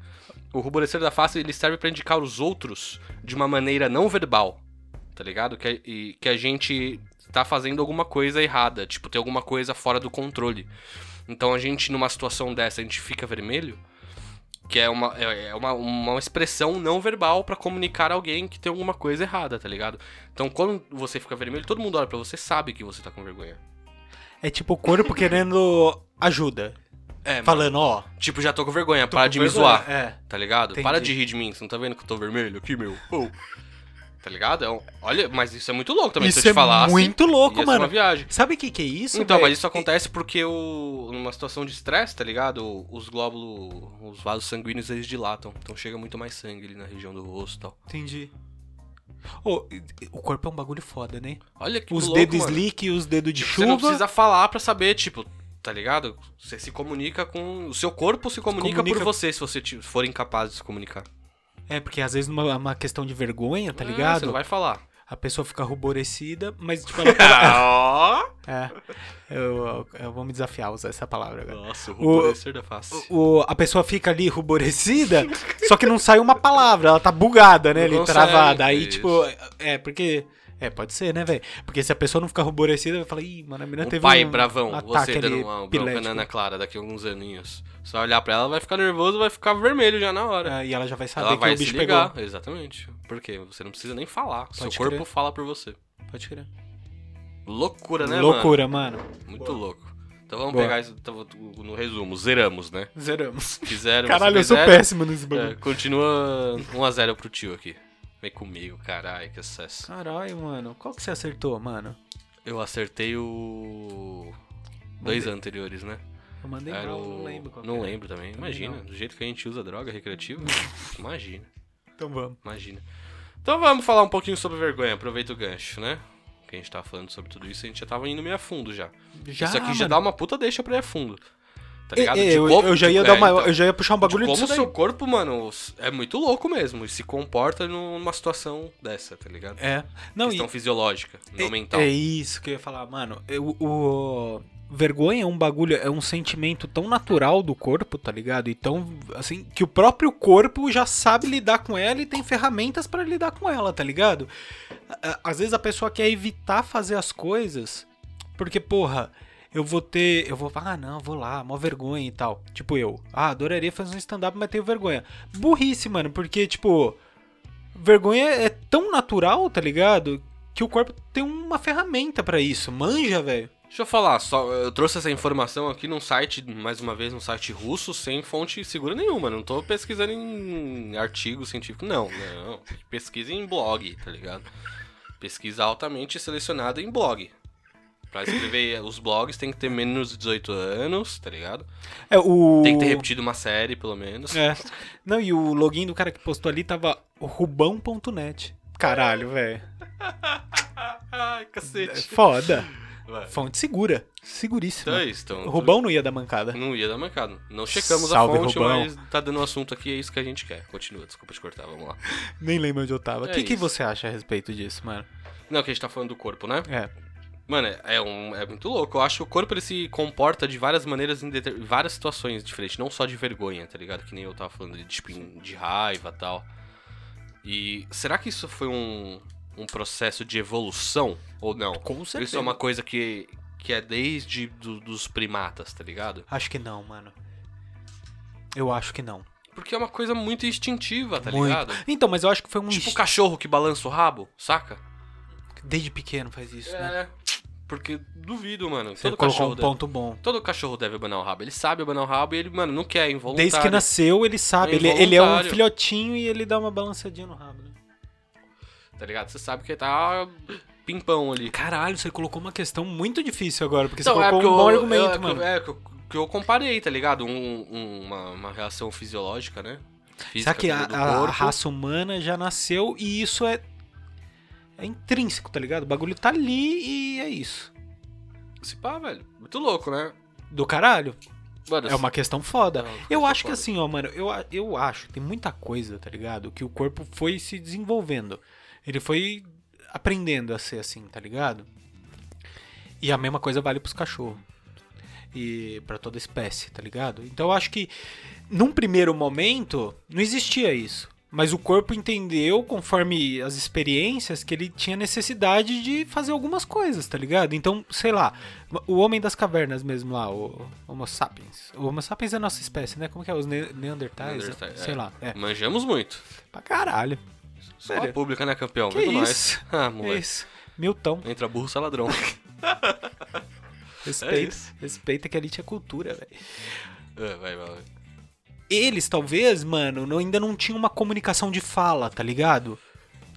S1: O ruborecer da face ele serve para indicar os outros de uma maneira não verbal. Tá ligado? Que, a- e- que a gente tá fazendo alguma coisa errada. Tipo, tem alguma coisa fora do controle. Então a gente, numa situação dessa, a gente fica vermelho. Que é uma, é é uma, uma expressão não verbal pra comunicar a alguém que tem alguma coisa errada, tá ligado? Então quando você fica vermelho, todo mundo olha pra você sabe que você tá com vergonha.
S2: É tipo o corpo querendo ajuda.
S1: É, mano.
S2: Falando, ó.
S1: Tipo, já tô com vergonha,
S2: tô
S1: para
S2: com
S1: de me
S2: vergonha.
S1: zoar,
S2: É.
S1: tá ligado?
S2: Entendi.
S1: Para de rir de mim, você não tá vendo que eu tô vermelho aqui, meu? Pô.
S2: *laughs*
S1: Tá ligado? É um- Olha, mas isso é muito louco também.
S2: Isso
S1: Se eu
S2: é
S1: te falasse,
S2: muito louco,
S1: ia ser uma
S2: mano.
S1: viagem.
S2: Sabe o que, que é isso?
S1: então,
S2: velho?
S1: mas isso acontece porque o, numa situação de estresse, tá ligado? Os glóbulos, os vasos sanguíneos, eles dilatam. Então chega muito mais sangue ali na região do rosto e tal.
S2: Entendi. Ô, e- e- o corpo é um bagulho foda, né?
S1: Olha que
S2: Os
S1: louco,
S2: dedos
S1: mano.
S2: slick e os dedos de
S1: Tipo, Você
S2: chuva.
S1: não precisa falar pra saber, tipo, tá ligado? Você se comunica com. O seu corpo se comunica,
S2: comunica-
S1: por você se você ti- for incapaz de se comunicar.
S2: É, porque às vezes uma, uma questão de vergonha, tá
S1: É, você
S2: ligado?
S1: não vai falar.
S2: A pessoa fica ruborecida, mas tipo, ela,
S1: *laughs* Ah, ó.
S2: É. Eu, eu vou me desafiar a usar essa palavra agora.
S1: Nossa, o ruborecer da face.
S2: O- a pessoa fica ali ruborecida, só que não sai uma palavra, ela tá bugada, né?
S1: Não
S2: Ali,
S1: consegue,
S2: travada. Aí,
S1: isso.
S2: tipo, é, porque. É, pode ser, né, velho? Porque se a pessoa não ficar ruborecida, vai falar, ih, mano, a menina
S1: Um
S2: teve
S1: pai
S2: um
S1: bravão,
S2: ataque
S1: você dando
S2: ali,
S1: uma bronca
S2: pilético.
S1: na Ana Clara daqui a alguns aninhos. Só olhar pra ela, vai ficar nervoso, vai ficar vermelho já na hora.
S2: Ah, e ela já vai saber
S1: ela
S2: que
S1: vai
S2: o bicho
S1: se ligar,
S2: pegou.
S1: exatamente. Por quê? Você não precisa nem falar, seu
S2: Pode
S1: corpo
S2: crer.
S1: fala por você.
S2: Pode crer.
S1: Né, Loucura, né,
S2: Loucura, mano.
S1: mano? Muito
S2: Boa.
S1: louco. Então vamos
S2: Boa.
S1: pegar isso então, no resumo, zeramos, né?
S2: Zeramos.
S1: Fizeram,
S2: Caralho, eu
S1: vocês
S2: sou
S1: fizeram.
S2: péssimo nesse bagulho.
S1: É, continua 1x0 pro tio aqui. Vem comigo, caralho, que sucesso.
S2: Caralho, mano. Qual que você acertou, mano?
S1: Eu acertei o. Dois anteriores, né?
S2: Eu mandei
S1: Era
S2: mal,
S1: o-
S2: não lembro qual que
S1: Não
S2: era.
S1: lembro também.
S2: Também
S1: Imagina,
S2: não.
S1: do jeito que a gente usa droga recreativa. imagina,
S2: Então vamos.
S1: imagina. Então vamos falar um pouquinho sobre vergonha, aproveita o gancho, né? Que a gente tá falando sobre tudo isso, a gente já tava indo meio a fundo já.
S2: Já,
S1: isso aqui
S2: mano.
S1: já dá uma puta deixa pra ir a fundo. Tá
S2: É,
S1: ligado?
S2: é,
S1: De
S2: eu,
S1: como-
S2: eu já ia
S1: de-
S2: dar
S1: é,
S2: uma,
S1: então,
S2: eu já ia puxar um
S1: de
S2: bagulho
S1: como
S2: disso
S1: o
S2: daí.
S1: seu corpo, mano, é muito louco mesmo. E se comporta numa situação dessa, tá ligado?
S2: É. Não, e,
S1: questão fisiológica, não
S2: é,
S1: mental.
S2: é isso que eu ia falar, mano. Eu- o vergonha é um bagulho, é um sentimento tão natural do corpo, tá ligado? E tão assim que o próprio corpo já sabe lidar com ela e tem ferramentas pra lidar com ela, tá ligado? Á- á- Às vezes a pessoa quer evitar fazer as coisas porque porra, eu vou ter, eu vou falar, ah, não, vou lá, mó vergonha e tal. Tipo eu, ah, adoraria fazer um stand up, mas tenho vergonha. Burrice, mano, porque tipo vergonha é tão natural, tá ligado? que o corpo tem uma ferramenta pra isso. Manja, velho.
S1: Deixa eu falar, só, eu trouxe essa informação aqui num site, mais uma vez, num site russo, sem fonte segura nenhuma. Não tô pesquisando em artigo científico, não. Não. Pesquisa em blog, tá ligado? Pesquisa altamente selecionada em blog. Pra escrever *laughs* os blogs tem que ter menos de 18 anos, tá ligado?
S2: É o
S1: Tem que ter repetido uma série, pelo menos.
S2: É. Não, e o login do cara que postou ali tava rubão.net. Caralho, velho. É
S1: Ai, cacete.
S2: Foda.
S1: Vai.
S2: Fonte segura. Seguríssima.
S1: Então é isso, então.
S2: O Rubão não ia dar mancada.
S1: Não ia dar mancada. Não checamos
S2: Salve,
S1: a fonte,
S2: Rubão.
S1: mas tá dando um assunto aqui, é isso que a gente quer. Continua, desculpa te cortar, vamos lá.
S2: Nem lembro onde eu tava. O
S1: É
S2: que, que
S1: isso.
S2: você acha a respeito disso, mano?
S1: Não, que a gente tá falando do corpo, né?
S2: É.
S1: Mano, é- é, um, é muito louco. Eu acho que o corpo ele se comporta de várias maneiras em deter- várias situações diferentes. Não só de vergonha, tá ligado? Que nem eu tava falando de, tipo, em- de raiva e tal. E será que isso foi um, um processo de evolução ou não?
S2: Com
S1: Isso é uma coisa que, que é desde do- dos primatas, tá ligado?
S2: Acho que não, mano. Eu acho que não.
S1: Porque é uma coisa muito instintiva, tá
S2: Muito.
S1: ligado?
S2: Então, mas eu acho que foi um
S1: Tipo o
S2: instinto-
S1: cachorro que balança o rabo, saca?
S2: desde pequeno faz isso,
S1: É.
S2: né?
S1: Porque duvido, mano.
S2: Você
S1: É, todo
S2: colocou
S1: cachorro
S2: um
S1: deve-
S2: ponto bom.
S1: Todo cachorro deve abanar o rabo. Ele sabe abanar o rabo e ele, mano, não quer, é involuntário.
S2: Desde que nasceu, ele sabe.
S1: É
S2: ele, ele é um
S1: involuntário.
S2: filhotinho e ele dá uma balançadinha no rabo, né?
S1: Tá ligado? Você sabe que tá pimpão ali.
S2: Caralho, você colocou uma questão muito difícil agora, porque
S1: Então,
S2: você colocou
S1: porque
S2: um bom
S1: eu-
S2: argumento,
S1: é que eu-
S2: mano.
S1: É, que eu, que eu comparei, tá ligado? Um- um- uma, uma reação fisiológica, né? Física
S2: Será que a,
S1: do
S2: a- a
S1: corpo.
S2: raça humana já nasceu e isso é. É intrínseco, tá ligado? O bagulho tá ali e é isso.
S1: Se pá, velho. Muito louco, né?
S2: Do caralho.
S1: Mano,
S2: É uma questão foda.
S1: É uma
S2: Eu
S1: questão
S2: acho que
S1: foda.
S2: assim, ó, mano, eu, a- eu acho que tem muita coisa, tá ligado? Que o corpo foi se desenvolvendo. Ele foi aprendendo a ser assim, tá ligado? E a mesma coisa vale pros cachorros. E pra toda espécie, tá ligado? Então eu acho que num primeiro momento não existia isso. Mas o corpo entendeu, conforme as experiências, que ele tinha necessidade de fazer algumas coisas, tá ligado? Então, sei lá, o homem das cavernas mesmo lá, o Homo sapiens. O Homo sapiens é a nossa espécie, né? Como que é? Os ne- Neandertais?
S1: Neandertal,
S2: sei
S1: é.
S2: lá. É.
S1: Manjamos muito.
S2: Pra caralho.
S1: Escola
S2: Sério?
S1: pública, né, campeão?
S2: Que
S1: muito
S2: isso?
S1: mais. *laughs* Ah,
S2: É
S1: moleque.
S2: isso. Milton,
S1: Entra burro, sai
S2: *laughs*
S1: ladrão. É
S2: respeita.
S1: isso.
S2: respeita que ali tinha cultura, velho.
S1: É, vai, vai, vai.
S2: eles talvez, mano, não- ainda não tinham uma comunicação de fala, tá ligado?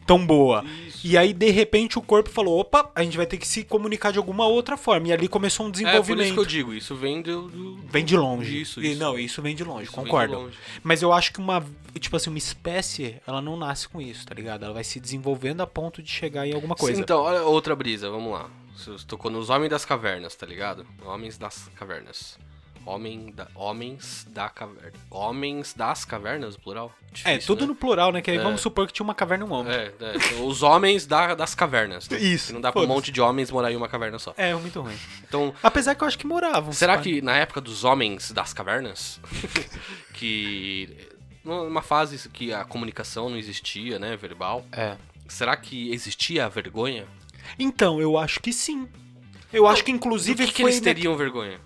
S2: Tão boa.
S1: Isso.
S2: E aí, de repente, o corpo falou: opa, a gente vai ter que se comunicar de alguma outra forma. E ali começou um
S1: É, por isso que
S2: desenvolvimento.
S1: eu digo, isso vem do... do-
S2: Vem de longe.
S1: Isso,
S2: E
S1: isso.
S2: não, isso vem de longe,
S1: isso vem de
S2: concordo.
S1: longe.
S2: Mas eu acho que uma, tipo assim, uma espécie, ela não nasce com isso, tá ligado? Ela vai se desenvolvendo a ponto de chegar em alguma coisa.
S1: Sim, então, olha outra brisa, vamos lá. Você tocou nos Homens das Cavernas, tá ligado? Homens das Cavernas. Homem da- homens da caverna. Homens das cavernas, plural.
S2: É,
S1: Difícil,
S2: tudo
S1: né?
S2: no plural, né? Que aí
S1: É.
S2: vamos supor que tinha uma caverna e um homem.
S1: É, é, os homens da- das cavernas. né?
S2: Isso,
S1: Que não dá pra um
S2: foda-se.
S1: monte de homens morar em uma caverna só.
S2: É, muito ruim.
S1: Então,
S2: Apesar que um eu acho que moravam.
S1: será
S2: sabe?
S1: que na época dos homens das cavernas, *laughs* que numa fase que a comunicação não existia, né, verbal,
S2: É.
S1: será que existia a vergonha?
S2: Então, eu acho que sim. Eu acho que inclusive
S1: Do que, né, que
S2: foi
S1: eles
S2: na-
S1: teriam vergonha?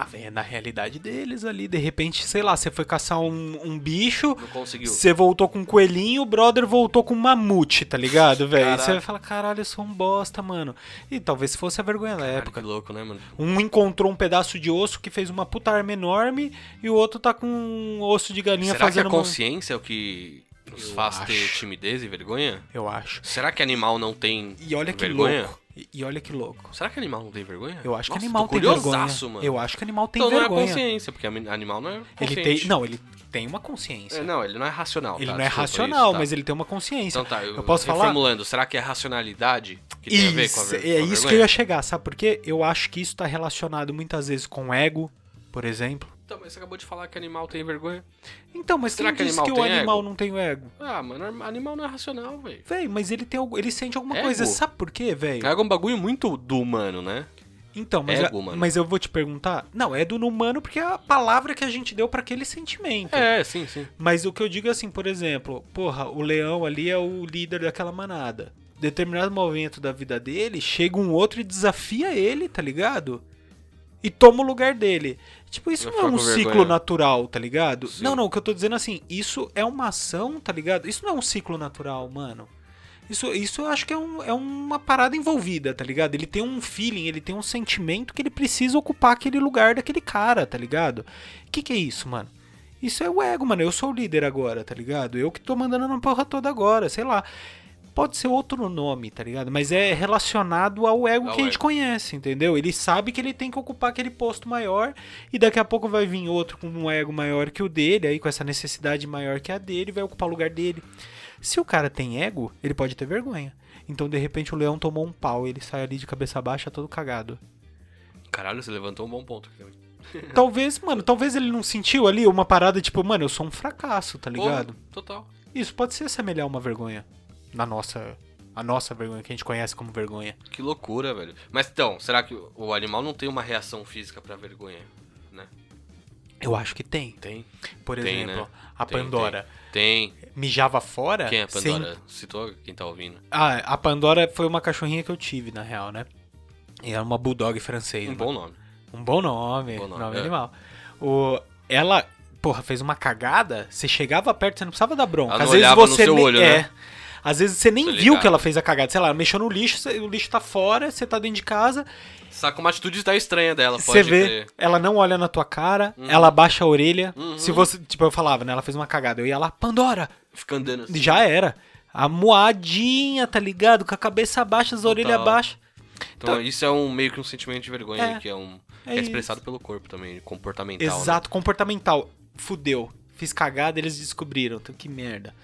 S2: Ah, velho, é na realidade deles ali. De repente, sei lá, você foi caçar um, um bicho,
S1: Não conseguiu.
S2: você voltou com um coelhinho, o brother voltou com um mamute, tá ligado, velho? E
S1: Caralho.
S2: Você vai falar, caralho, eu sou um bosta, mano. E talvez fosse a vergonha da
S1: Cara,
S2: época.
S1: que louco, né, mano?
S2: Um encontrou um pedaço de osso que fez uma puta arma enorme e o outro tá com um osso de galinha
S1: Será que
S2: fazendo
S1: a
S2: uma-
S1: consciência é o que nos
S2: Eu
S1: faz ter
S2: acho.
S1: timidez e vergonha?
S2: Eu acho.
S1: Será que animal não tem
S2: E olha que
S1: vergonha?
S2: louco. E, e olha que louco.
S1: Será que animal não tem vergonha?
S2: Eu acho
S1: Nossa,
S2: que animal
S1: tô
S2: tem vergonha.
S1: curiosaço, Mano.
S2: Eu acho que animal tem
S1: então não é
S2: vergonha.
S1: consciência, porque ami- animal não é
S2: ele
S1: consciente.
S2: tem, não, ele tem uma consciência.
S1: É, não, ele não é racional.
S2: ele
S1: tá?
S2: não é
S1: Desculpa,
S2: racional,
S1: isso, tá.
S2: mas ele tem uma consciência.
S1: Então tá, eu,
S2: eu posso falar?
S1: reformulando, será que é racionalidade que tem a ver com a
S2: Isso,
S1: ver- com a
S2: é
S1: vergonha?
S2: isso que eu ia chegar, sabe por quê? Eu acho que isso tá relacionado muitas vezes com ego, por exemplo.
S1: Então, mas você acabou de falar que animal tem vergonha.
S2: Então, mas
S1: Será
S2: quem
S1: que
S2: disse
S1: animal
S2: que o
S1: tem
S2: animal
S1: ego?
S2: não tem o ego?
S1: Ah, mano, animal não é racional, velho.
S2: Véi, mas ele tem algu- ele sente alguma
S1: Ego?
S2: coisa, sabe por quê, velho?
S1: Pega um bagulho muito do humano, né?
S2: Então, mas,
S1: Ego,
S2: eu,
S1: mano.
S2: mas eu vou te perguntar. Não, é do humano porque é a palavra que a gente deu pra aquele sentimento.
S1: É, sim, sim.
S2: Mas o que eu digo é assim, por exemplo, porra, o leão ali é o líder daquela manada. Determinado momento da vida dele, chega um outro e desafia ele, tá ligado? E toma o lugar dele. Tipo, isso
S1: Vai
S2: não é
S1: ficar
S2: um
S1: com
S2: ciclo
S1: vergonha.
S2: natural, tá ligado?
S1: Sim.
S2: Não, não, o que eu tô dizendo é assim, isso é uma ação, tá ligado? Isso não é um ciclo natural, mano. Isso, isso eu acho que é, um- é uma parada envolvida, tá ligado? Ele tem um feeling, ele tem um sentimento que ele precisa ocupar aquele lugar daquele cara, tá ligado? O que, que é isso, mano? Isso é o ego, mano. Eu sou o líder agora, tá ligado? Eu que tô mandando na porra toda agora, sei lá. Pode ser outro nome, tá ligado? Mas é relacionado ao ego
S1: Ao
S2: que a gente
S1: ego.
S2: conhece, entendeu? Ele sabe que ele tem que ocupar aquele posto maior e daqui a pouco vai vir outro com um ego maior que o dele, aí com essa necessidade maior que a dele, vai ocupar o lugar dele. Se o cara tem ego, ele pode ter vergonha. Então, de repente, o leão tomou um pau, ele sai ali de cabeça baixa,
S1: *clears throat*
S2: todo cagado.
S1: Caralho, você levantou um bom ponto aqui também.
S2: Talvez, mano, talvez ele não sentiu ali uma parada tipo, mano, eu sou um fracasso, tá ligado?
S1: Porra, total.
S2: Isso pode ser semelhar a uma vergonha. Na nossa. A nossa vergonha, que a gente conhece como vergonha.
S1: Que loucura, velho. Mas então, será que o o animal não tem uma reação física pra vergonha? Né?
S2: Eu acho que tem.
S1: Tem.
S2: Por
S1: Tem,
S2: exemplo,
S1: né?
S2: a
S1: Tem,
S2: Pandora
S1: Tem.
S2: mijava fora.
S1: Quem é a
S2: sem-
S1: Pandora? Citou quem tá ouvindo.
S2: Ah, a Pandora foi uma cachorrinha que eu tive, na real, né? E era uma bulldog francesa.
S1: Um bom nome.
S2: Um bom nome,
S1: Bom nome,
S2: nome
S1: é.
S2: animal. O, ela, porra, fez uma cagada, você chegava perto, você não precisava dar bronca.
S1: Ela não
S2: Às vezes
S1: olhava no
S2: você
S1: seu
S2: ne-
S1: olho,
S2: é.
S1: né?
S2: Às vezes você nem
S1: Tô
S2: viu
S1: ligado.
S2: que ela fez a cagada. Sei lá, mexeu no lixo, você- o lixo tá fora, você tá dentro de casa,
S1: Saca uma atitude da estranha dela,
S2: você
S1: pode
S2: vê,
S1: crer.
S2: ela não olha na tua cara, ela abaixa a orelha.
S1: Uhum.
S2: Se você, tipo, eu falava, né? Ela fez uma cagada, eu ia lá, Pandora,
S1: Fica andando assim.
S2: já era. A moadinha, tá ligado? Com a cabeça baixa, as orelhas abaixas.
S1: Então, isso é um meio que um sentimento de vergonha,
S2: Tá. É,
S1: que é um que
S2: é
S1: é expressado pelo corpo também, comportamental. né?
S2: Exato, comportamental. Fudeu. Fiz cagada, eles descobriram. Então, que merda.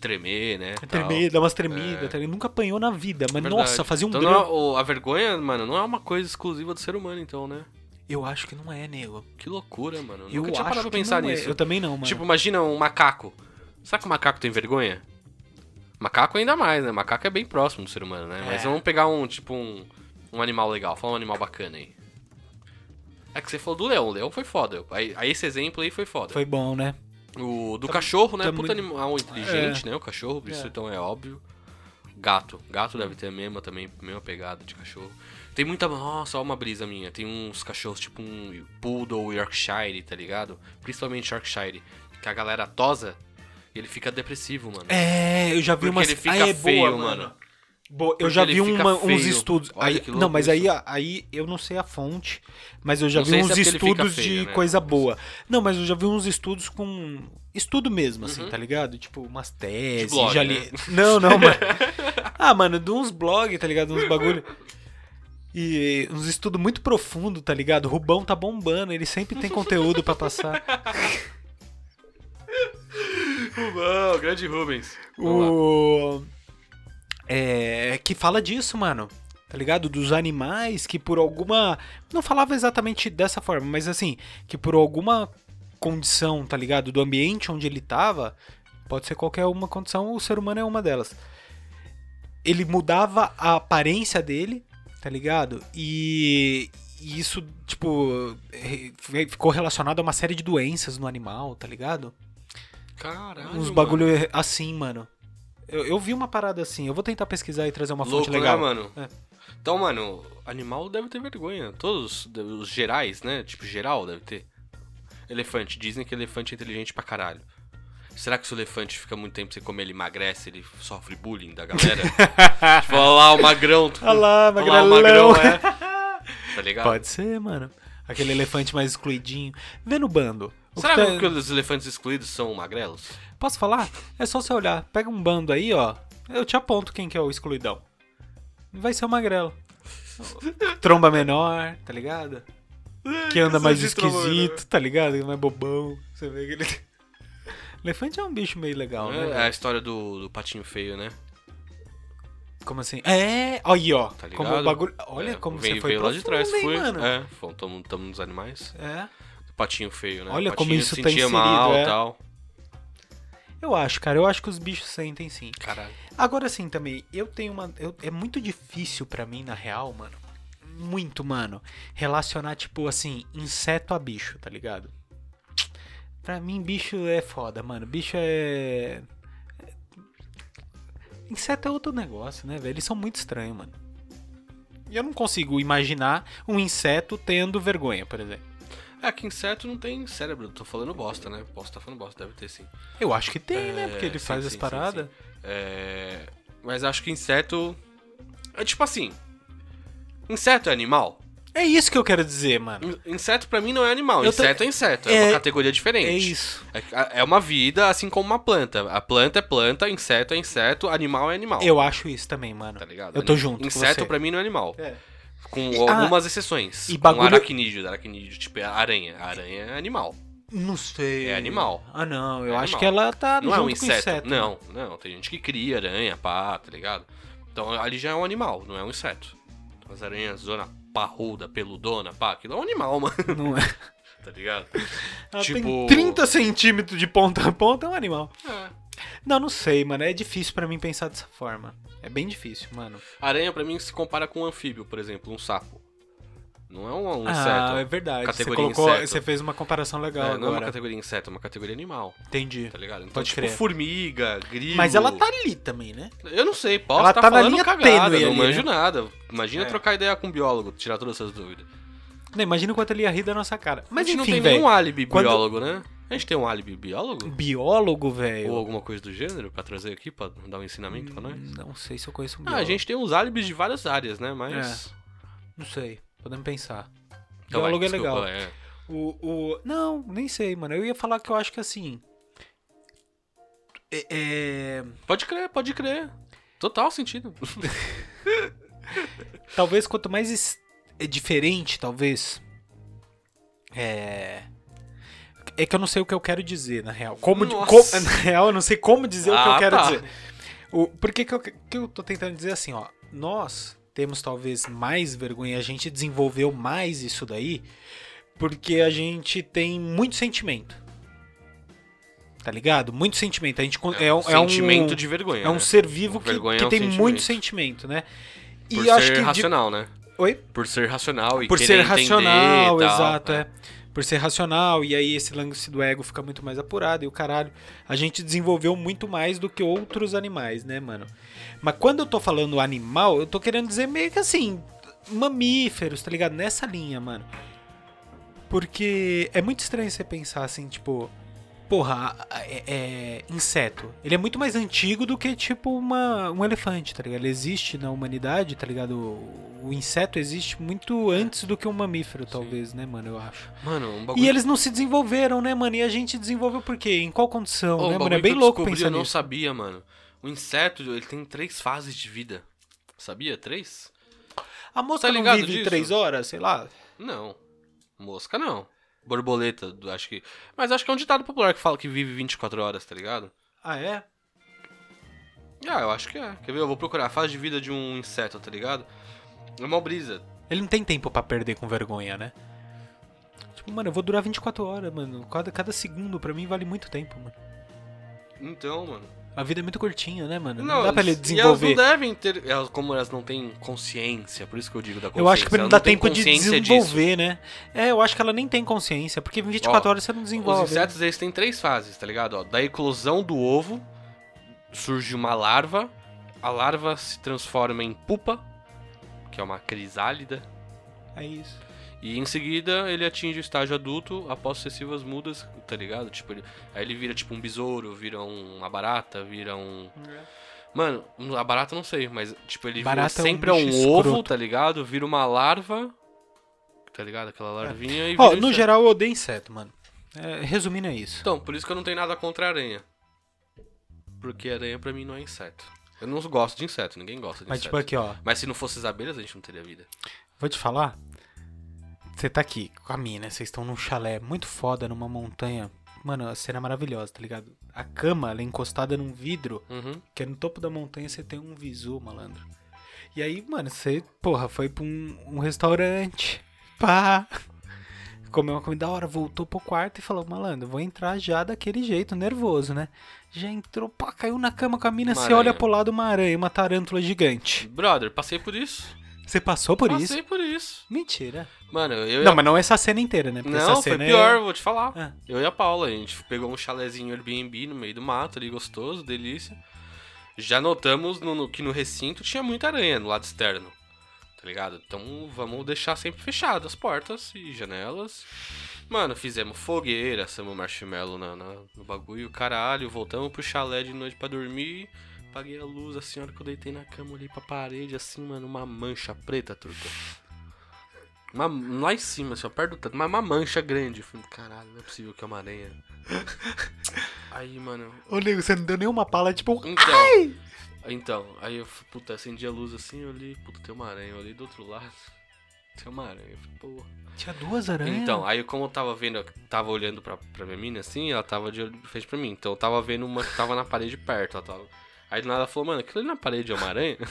S1: Tremer, né? tal.
S2: É Tremer, dá umas tremidas. tá ligado? Nunca apanhou na vida, mas
S1: é. Verdade.
S2: nossa, fazia um
S1: então,
S2: grande.
S1: não é- o- A vergonha, mano, não é uma coisa exclusiva do ser humano, então, né?
S2: Eu acho que não é, nego.
S1: Que loucura, mano. Eu
S2: Eu
S1: nunca tinha
S2: acho
S1: parado
S2: que
S1: pra pensar
S2: não é.
S1: nisso.
S2: Eu também não, mano.
S1: Tipo, imagina um macaco. Será que o macaco tem vergonha? Macaco ainda mais, né? Macaco é bem próximo do ser humano, né? Mas
S2: É.
S1: vamos pegar um, tipo, um, um animal legal. Fala um animal bacana aí. É que você falou do leão. O leão foi foda. Aí, aí esse exemplo aí foi foda.
S2: foi bom, né?
S1: O do cachorro, né?
S2: tá
S1: Puta
S2: muito-
S1: animal inteligente, né? O cachorro, isso então é óbvio. Gato. Gato deve ter a mesma também, a mesma pegada de cachorro. Tem muita. Nossa, ó uma brisa minha. Tem uns cachorros tipo um Poodle Yorkshire, tá ligado? Principalmente Yorkshire. Que a galera tosa e ele fica depressivo, mano.
S2: É, eu já vi
S1: Porque
S2: umas.
S1: ele fica
S2: ah, é
S1: feio,
S2: boa,
S1: mano.
S2: Boa,
S1: Porque
S2: eu já
S1: ele
S2: vi
S1: fica
S2: uma- uns
S1: feio.
S2: estudos.
S1: Olha
S2: aí-
S1: que louco
S2: não, mas aí,
S1: isso.
S2: aí eu não sei a fonte, mas eu já
S1: Não
S2: vi
S1: sei se
S2: uns
S1: é porque ele fica
S2: estudos
S1: feio,
S2: de
S1: né?
S2: coisa
S1: Mas-
S2: boa. Não, mas eu já vi uns estudos com. Estudo mesmo, assim, tá ligado? Tipo, umas teses.
S1: Uhum. blog,
S2: já li...
S1: né?
S2: Não, não,
S1: *laughs*
S2: mano. Ah, mano, de uns blogs, tá ligado? Uns bagulho. E uns estudos muito profundo, tá ligado? O Rubão tá bombando, ele sempre tem conteúdo pra passar.
S1: Rubão, grande Rubens. Vamos lá.
S2: O. É. Que fala disso, mano. tá ligado? Dos animais que por alguma. Não falava exatamente dessa forma, mas assim, que por alguma condição, tá ligado? Do ambiente onde ele tava, pode ser qualquer uma condição, o ser humano é uma delas. Ele mudava a aparência dele, tá ligado? E, e isso, tipo, re- ficou relacionado a uma série de doenças no animal, tá ligado?
S1: Caralho.
S2: Uns
S1: mano.
S2: bagulho assim, mano. Eu, eu vi uma parada assim, eu vou tentar pesquisar e trazer uma
S1: Louco,
S2: fonte legal.
S1: né, mano?
S2: É.
S1: Então, mano, animal deve ter vergonha. Todos de- os gerais, né? Tipo, geral deve ter. Elefante. Dizem que elefante é inteligente pra caralho. Será que se o elefante fica muito tempo sem comer, ele emagrece, ele sofre bullying da
S2: *laughs*
S1: galera? tipo, olha lá o magrão. tipo,
S2: Olha lá,
S1: Olha lá o
S2: magrelão. né?
S1: magrão, é. Tá ligado?
S2: Pode ser, mano. Aquele elefante mais excluidinho. Vê no bando. O
S1: Será
S2: que tá-
S1: que os elefantes excluídos são magrelos?
S2: Posso falar? É só você olhar. Pega um bando aí, ó. Eu te aponto quem que é o excluidão. Vai ser o magrelo. Tromba menor, tá ligado? Que anda mais esquisito, tá ligado? Mais bobão. Você vê que ele... *laughs* Elefante é um bicho meio legal, né?
S1: É
S2: velho?
S1: a história do, do patinho feio, né?
S2: Como assim? É, aí, ó.
S1: Tá ligado?
S2: como o bagulho. Olha
S1: É,
S2: como
S1: veio,
S2: você foi
S1: veio lá de trás,
S2: profundo,
S1: foi.
S2: hein, mano.
S1: É, fomos tamo nos animais.
S2: É.
S1: Patinho feio, né?
S2: Olha
S1: Patinho
S2: como isso
S1: se
S2: tá
S1: sentia
S2: inserido,
S1: mal
S2: é.
S1: tal.
S2: Eu acho, cara. Eu acho que os bichos sentem sim.
S1: Caralho.
S2: Agora sim também, eu tenho uma. eu- é muito difícil pra mim, na real, mano. Muito, mano. Relacionar, tipo, assim, inseto a bicho, tá ligado? Pra mim, bicho é foda, mano. Bicho é. Inseto é outro negócio, né, velho? Eles são muito estranhos, mano. E eu não consigo imaginar um inseto tendo vergonha, por exemplo.
S1: É que inseto não tem cérebro, tô falando bosta, né? Posso estar falando bosta, deve ter sim.
S2: Eu acho que tem, né?
S1: É,
S2: Porque ele
S1: sim,
S2: faz
S1: sim,
S2: as
S1: sim,
S2: paradas.
S1: É... Mas acho que inseto. É tipo assim. Inseto é animal?
S2: É isso que eu quero dizer, mano.
S1: In- Inseto pra mim não é animal.
S2: Eu tô-
S1: Inseto é inseto, é, uma
S2: É-
S1: categoria diferente.
S2: É isso.
S1: É- É uma vida assim como uma planta. A planta é planta, inseto é inseto, animal é animal.
S2: Eu acho isso também, mano.
S1: Tá ligado?
S2: Eu tô
S1: Ani-
S2: junto com
S1: Inseto
S2: você.
S1: pra mim não é animal.
S2: É.
S1: Com
S2: E-
S1: algumas exceções.
S2: e
S1: E
S2: bagulho-
S1: Com aracnídeo. Aracnídeo, tipo, é aranha. Aranha é animal.
S2: Não sei.
S1: É animal.
S2: Ah, não. Eu
S1: É
S2: acho
S1: animal.
S2: que ela tá
S1: Não
S2: junto
S1: é um
S2: com
S1: inseto.
S2: o inseto. né?
S1: Não, não. Tem gente que cria aranha, pá, tá ligado? Então ali já é um animal, não é um inseto. Então, as aranhas, zona parruda, peludona, pá, aquilo é um animal, *laughs* mano.
S2: *laughs* Não é.
S1: Tá ligado?
S2: Ela
S1: Tipo-
S2: tem 30 centímetros de ponta a ponta, é um animal.
S1: É.
S2: Não, não sei, mano. É difícil pra mim pensar dessa forma. É bem difícil, mano.
S1: Aranha pra mim se compara com um anfíbio, por exemplo, um sapo. Não é um, um
S2: ah, é
S1: inseto.
S2: verdade.
S1: Categoria
S2: você colocou,
S1: inseto.
S2: você fez uma comparação
S1: É,
S2: legal
S1: não é uma
S2: agora.
S1: categoria inseto, é uma categoria animal,
S2: Entendi.
S1: tá ligado? Então,
S2: Pode
S1: tipo,
S2: crer.
S1: formiga, grilo.
S2: Mas ela tá ali também, né?
S1: Eu não sei, posso
S2: Ela
S1: tá,
S2: tá na
S1: falando
S2: linha
S1: cagada,
S2: tênue
S1: não
S2: ali,
S1: manjo
S2: né?
S1: nada. Imagina
S2: É.
S1: trocar ideia com um biólogo, tirar todas essas dúvidas.
S2: Não, imagina o quanto ele ia rir da nossa cara.
S1: a
S2: Mas
S1: gente
S2: enfim,
S1: não tem nenhum
S2: velho.
S1: álibi
S2: Quando-
S1: biólogo, né? A gente tem um álibi biólogo?
S2: Biólogo, velho.
S1: Ou alguma coisa do gênero pra trazer aqui, pra dar um ensinamento pra nós?
S2: Não sei se eu conheço um
S1: Ah,
S2: biólogo.
S1: a gente tem uns álibis de várias áreas, né? Mas.
S2: Não sei. Podemos pensar.
S1: Então,
S2: biólogo é
S1: desculpa,
S2: legal.
S1: é.
S2: O, o... Não, nem sei, mano. Eu ia falar que eu acho que assim. É. é-
S1: Pode crer, pode crer. Total sentido.
S2: Talvez quanto mais es- é diferente, talvez. É. É que eu não sei o que eu quero dizer, na real. Como, di-
S1: Nossa.
S2: co- *laughs* na real, eu não sei como dizer o que eu
S1: Ah,
S2: quero
S1: tá.
S2: dizer. O, por que, que, eu, que eu tô tentando dizer assim, ó? Nós temos talvez mais vergonha, a gente desenvolveu mais isso daí, porque a gente tem muito sentimento. Tá ligado? Muito sentimento. A gente con- é, um- é um
S1: sentimento de vergonha.
S2: É um
S1: né?
S2: ser vivo que,
S1: Vergonha
S2: que
S1: é um
S2: tem muito sentimento, né? E eu acho
S1: ser
S2: que. de-
S1: racional, né?
S2: Oi?
S1: Por ser racional e
S2: Por
S1: querer
S2: ser
S1: entender e
S2: racional,
S1: tal.
S2: exato, é. Por ser racional, e aí esse lance do ego fica muito mais apurado, e o caralho. A gente desenvolveu muito mais do que outros animais, né, mano? Mas quando eu tô falando animal, eu tô querendo dizer meio que assim, mamíferos, tá ligado? Nessa linha, mano. Porque é muito estranho você pensar assim, tipo. Porra, a- a- é, é inseto. Ele é muito mais antigo do que, tipo, uma, um elefante, tá ligado? Ele existe na humanidade, tá ligado? O, o inseto existe
S1: É.
S2: muito antes do que um mamífero, talvez, né, mano? Eu acho.
S1: Mano, um bagulho.
S2: E eles não se desenvolveram, né, mano? E a gente desenvolveu por quê? Em qual condição,
S1: Oh, um
S2: né, mano?
S1: bagulho
S2: É
S1: que
S2: bem
S1: eu
S2: louco
S1: descobri,
S2: pensar
S1: Eu não
S2: nisso.
S1: sabia, mano. O inseto, ele tem três fases de vida. Sabia? Três?
S2: A
S1: Tá
S2: mosca não
S1: ligado
S2: vive
S1: disso?
S2: três horas, sei lá.
S1: Não. Mosca, não. Borboleta, do- acho que... Mas acho que é um ditado popular que fala que vive 24 horas, tá ligado?
S2: Ah, é?
S1: Ah, eu acho que é. Quer ver? Eu vou procurar a fase de vida de um inseto, tá ligado? É uma brisa.
S2: Ele não tem tempo pra perder com vergonha, né? Tipo, mano, eu vou durar 24 horas, mano. Cada, cada segundo pra mim vale muito tempo, mano.
S1: Então, mano.
S2: A vida é muito curtinha, né, mano? Não, dá pra
S1: E é
S2: ele
S1: elas não
S2: desenvolver.
S1: devem ter. Elas, como elas não têm consciência, por isso que eu digo da consciência.
S2: Eu acho que pra ele não dá
S1: tem
S2: tempo de
S1: consciência disso.
S2: desenvolver, né? É, eu acho que ela nem tem consciência, porque em 24
S1: Ó,
S2: horas você não desenvolve. né?
S1: Os insetos, eles têm três fases, tá ligado? Ó, da eclosão do ovo, surge uma larva. A larva se transforma em pupa, que é uma crisálida.
S2: É isso.
S1: E em seguida, ele atinge o estágio adulto após sucessivas mudas, tá ligado? Tipo, ele- aí ele vira tipo um besouro, vira um, uma barata, vira um... Mano, um, a barata eu não sei, mas tipo, ele vira
S2: Barata é um
S1: sempre é um,
S2: bicho
S1: ovo,
S2: escroto.
S1: tá ligado? Vira uma larva, tá ligado? Aquela larvinha e vira
S2: É.
S1: um
S2: Ó, no
S1: inseto.
S2: geral eu odeio inseto, mano. É, resumindo é isso.
S1: Então, por isso que eu não tenho nada contra aranha. Porque aranha pra mim não é inseto. Eu não gosto de inseto, ninguém gosta de
S2: Mas
S1: inseto.
S2: tipo aqui, ó,
S1: Mas se não fosse as abelhas, a gente não teria vida.
S2: vou te falar. Você tá aqui com a mina, vocês estão num chalé muito foda, numa montanha. Mano, a cena é maravilhosa, tá ligado? A cama, ela é encostada num vidro,
S1: Uhum.
S2: que é no topo da montanha você tem um visu, malandro. E aí, mano, você, porra, foi pra um, um restaurante, pá, comeu uma comida da hora, voltou pro quarto e falou, malandro, vou entrar já daquele jeito, nervoso, né? Já entrou, pá, caiu na cama com a mina,
S1: Uma
S2: você olha
S1: aranha.
S2: pro lado uma aranha, uma tarântula gigante.
S1: Brother, passei por isso.
S2: Você passou por isso?
S1: passei por isso.
S2: Mentira.
S1: Mano, eu e
S2: Não,
S1: a-
S2: mas não essa cena inteira, né? Porque
S1: Não,
S2: essa
S1: foi
S2: cena é-
S1: pior, vou te falar.
S2: Ah.
S1: Eu e a Paula, a gente pegou um chalezinho Airbnb no meio do mato ali, gostoso, delícia. Já notamos no- no- que no recinto tinha muita aranha no lado externo, tá ligado? Então vamos deixar sempre fechadas as portas e janelas. Mano, fizemos fogueira, assamos marshmallow na, na- no bagulho, caralho. Voltamos pro chalé de noite pra dormir. Paguei a luz, a senhora que eu deitei na cama, olhei pra parede, assim, mano, uma mancha preta, truta. Uma- um lá em cima, só perto do tanto, mas uma mancha grande. Eu falei, caralho, não é possível que é uma aranha. Aí, mano.
S2: Ô, nego, você não deu nenhuma pala, tipo...
S1: Então. Então, aí eu, fui, puta, acendi a luz assim, eu olhei, puta, tem uma aranha. Eu olhei do outro lado, tem uma aranha. Eu falei, porra.
S2: Tinha duas aranhas?
S1: Então, aí como eu tava vendo, eu tava olhando pra, pra minha mina assim, ela tava de olho de frente pra mim. Então eu tava vendo uma que tava na parede perto. Ela tava... Aí do nada ela falou, mano, aquilo ali na parede é uma aranha? *laughs*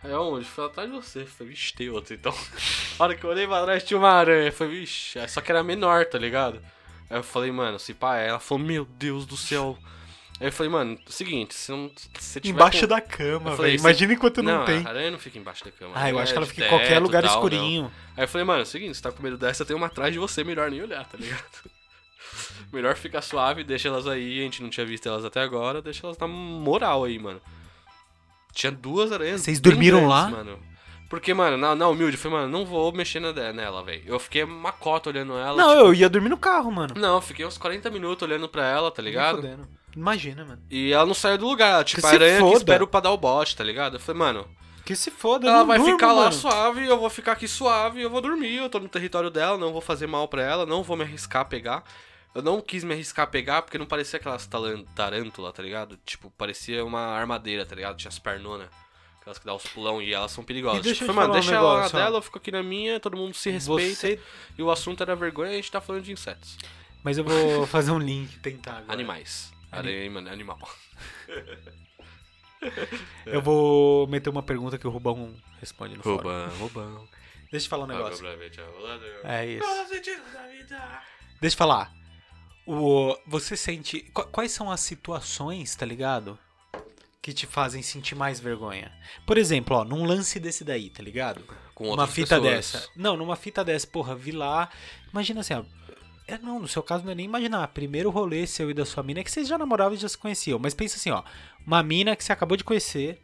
S1: Aí onde? Foi atrás de você. Eu Falei, vixe, tem outra. Então, *laughs* a hora que eu olhei pra trás tinha uma aranha. Eu Falei, vixe, aí só que era menor, tá ligado? Aí eu falei, mano, se pá, é. ela falou, meu Deus do céu. Aí eu falei, mano, seguinte, se não. Se tiver
S2: Embaixo
S1: com-
S2: da cama,
S1: tipo, Eu falei,
S2: velho.
S1: se-
S2: Imagina enquanto não, tem.
S1: A aranha não fica embaixo da cama.
S2: Ah, eu
S1: Ela
S2: acho
S1: é
S2: que ela
S1: de
S2: fica em qualquer
S1: teto, tal,
S2: lugar
S1: né? não.
S2: escurinho.
S1: Aí eu falei, mano, é o seguinte, você tá com medo dessa, tem uma atrás de você, melhor nem olhar, tá ligado? *laughs* melhor ficar suave, deixa elas aí, a gente não tinha visto elas até agora, deixa elas na moral aí, mano. Tinha duas aranhas.
S2: Vocês
S1: bem
S2: dormiram
S1: grandes,
S2: lá?
S1: Mano. Porque, mano, na, na humilde, eu falei, mano, não vou mexer na, nela, velho. Eu fiquei uma cota olhando ela.
S2: Não,
S1: tipo,
S2: eu ia dormir no carro, mano.
S1: não, eu fiquei uns 40 minutos olhando pra ela, tá ligado?
S2: Nem fudendo. Imagina, mano.
S1: E ela não saiu do lugar, ela, tipo,
S2: Que
S1: a
S2: se
S1: aranha que
S2: foda.
S1: espera pra dar o bote, tá ligado? Eu falei, mano,
S2: Que se foda, eu
S1: ela
S2: não
S1: vai
S2: durmo,
S1: ficar lá
S2: mano.
S1: suave, eu vou ficar aqui suave, eu vou dormir, eu tô no território dela, não vou fazer mal pra ela, não vou me arriscar a pegar. Eu não quis me arriscar a pegar porque não parecia aquelas talan- tarântula, tá ligado? Tipo, parecia uma armadeira, tá ligado? Tinha as pernonas. Aquelas que dá os pulão e elas são perigosas.
S2: E deixa
S1: Tipo, foi,
S2: eu te
S1: mano,
S2: falar um
S1: deixa ela
S2: negócio,
S1: na
S2: ó.
S1: dela, eu fico aqui na minha, todo mundo se respeita.
S2: Você...
S1: E o assunto era vergonha, a gente tá falando de insetos.
S2: Mas
S1: *laughs*
S2: eu vou fazer um link, tentar agora.
S1: Animais.
S2: Ani-
S1: Areia, mano, animal.
S2: Eu vou meter uma pergunta que o Rubão responde no fórum.
S1: Roubão, roubão.
S2: Deixa eu falar um negócio. É isso.
S1: isso.
S2: Deixa eu falar. O, você sente. qu- Quais são as situações, tá ligado? Que te fazem sentir mais vergonha? Por exemplo, ó, num lance desse daí, tá ligado?
S1: Com
S2: Uma
S1: outras
S2: fita
S1: pessoas.
S2: dessa. Não, numa fita dessa, porra, vi lá. Imagina assim, ó. É, não, no seu caso não é nem imaginar. Primeiro rolê seu e da sua mina é que vocês já namoravam e já se conheciam. Mas pensa assim, ó. Uma mina que você acabou de conhecer.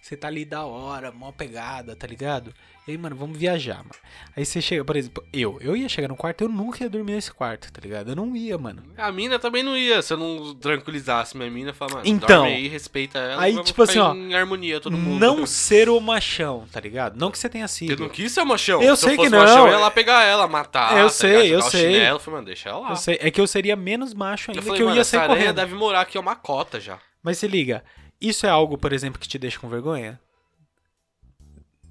S2: Você tá ali da hora, mó pegada, tá ligado? E aí, mano, vamos viajar, mano. Aí você chega, por exemplo, eu. Eu ia chegar no quarto, eu nunca ia dormir nesse quarto, tá ligado? Eu não ia, mano.
S1: A mina também não ia, se eu não tranquilizasse minha mina, falar, mano,
S2: Então.
S1: dorme aí, respeita ela.
S2: Aí,
S1: vamos
S2: tipo
S1: ficar
S2: assim,
S1: em harmonia todo mundo.
S2: Não ser o machão, tá ligado? Não que você tenha sido.
S1: Eu não quis ser machão.
S2: Eu
S1: se eu
S2: sei
S1: fosse
S2: que não.
S1: machão, eu ia lá pegar ela, matar.
S2: Eu
S1: tá
S2: sei,
S1: ligado?
S2: eu
S1: Jogar o
S2: sei.
S1: Chinelo, eu falei, mano, deixa ela lá.
S2: Eu sei, é que eu seria menos macho ainda
S1: Eu falei,
S2: que eu
S1: mano,
S2: ia
S1: essa
S2: sair
S1: aranha
S2: correndo.
S1: deve morar aqui, é uma cota já.
S2: Mas se liga, isso é algo, por exemplo, que te deixa com vergonha?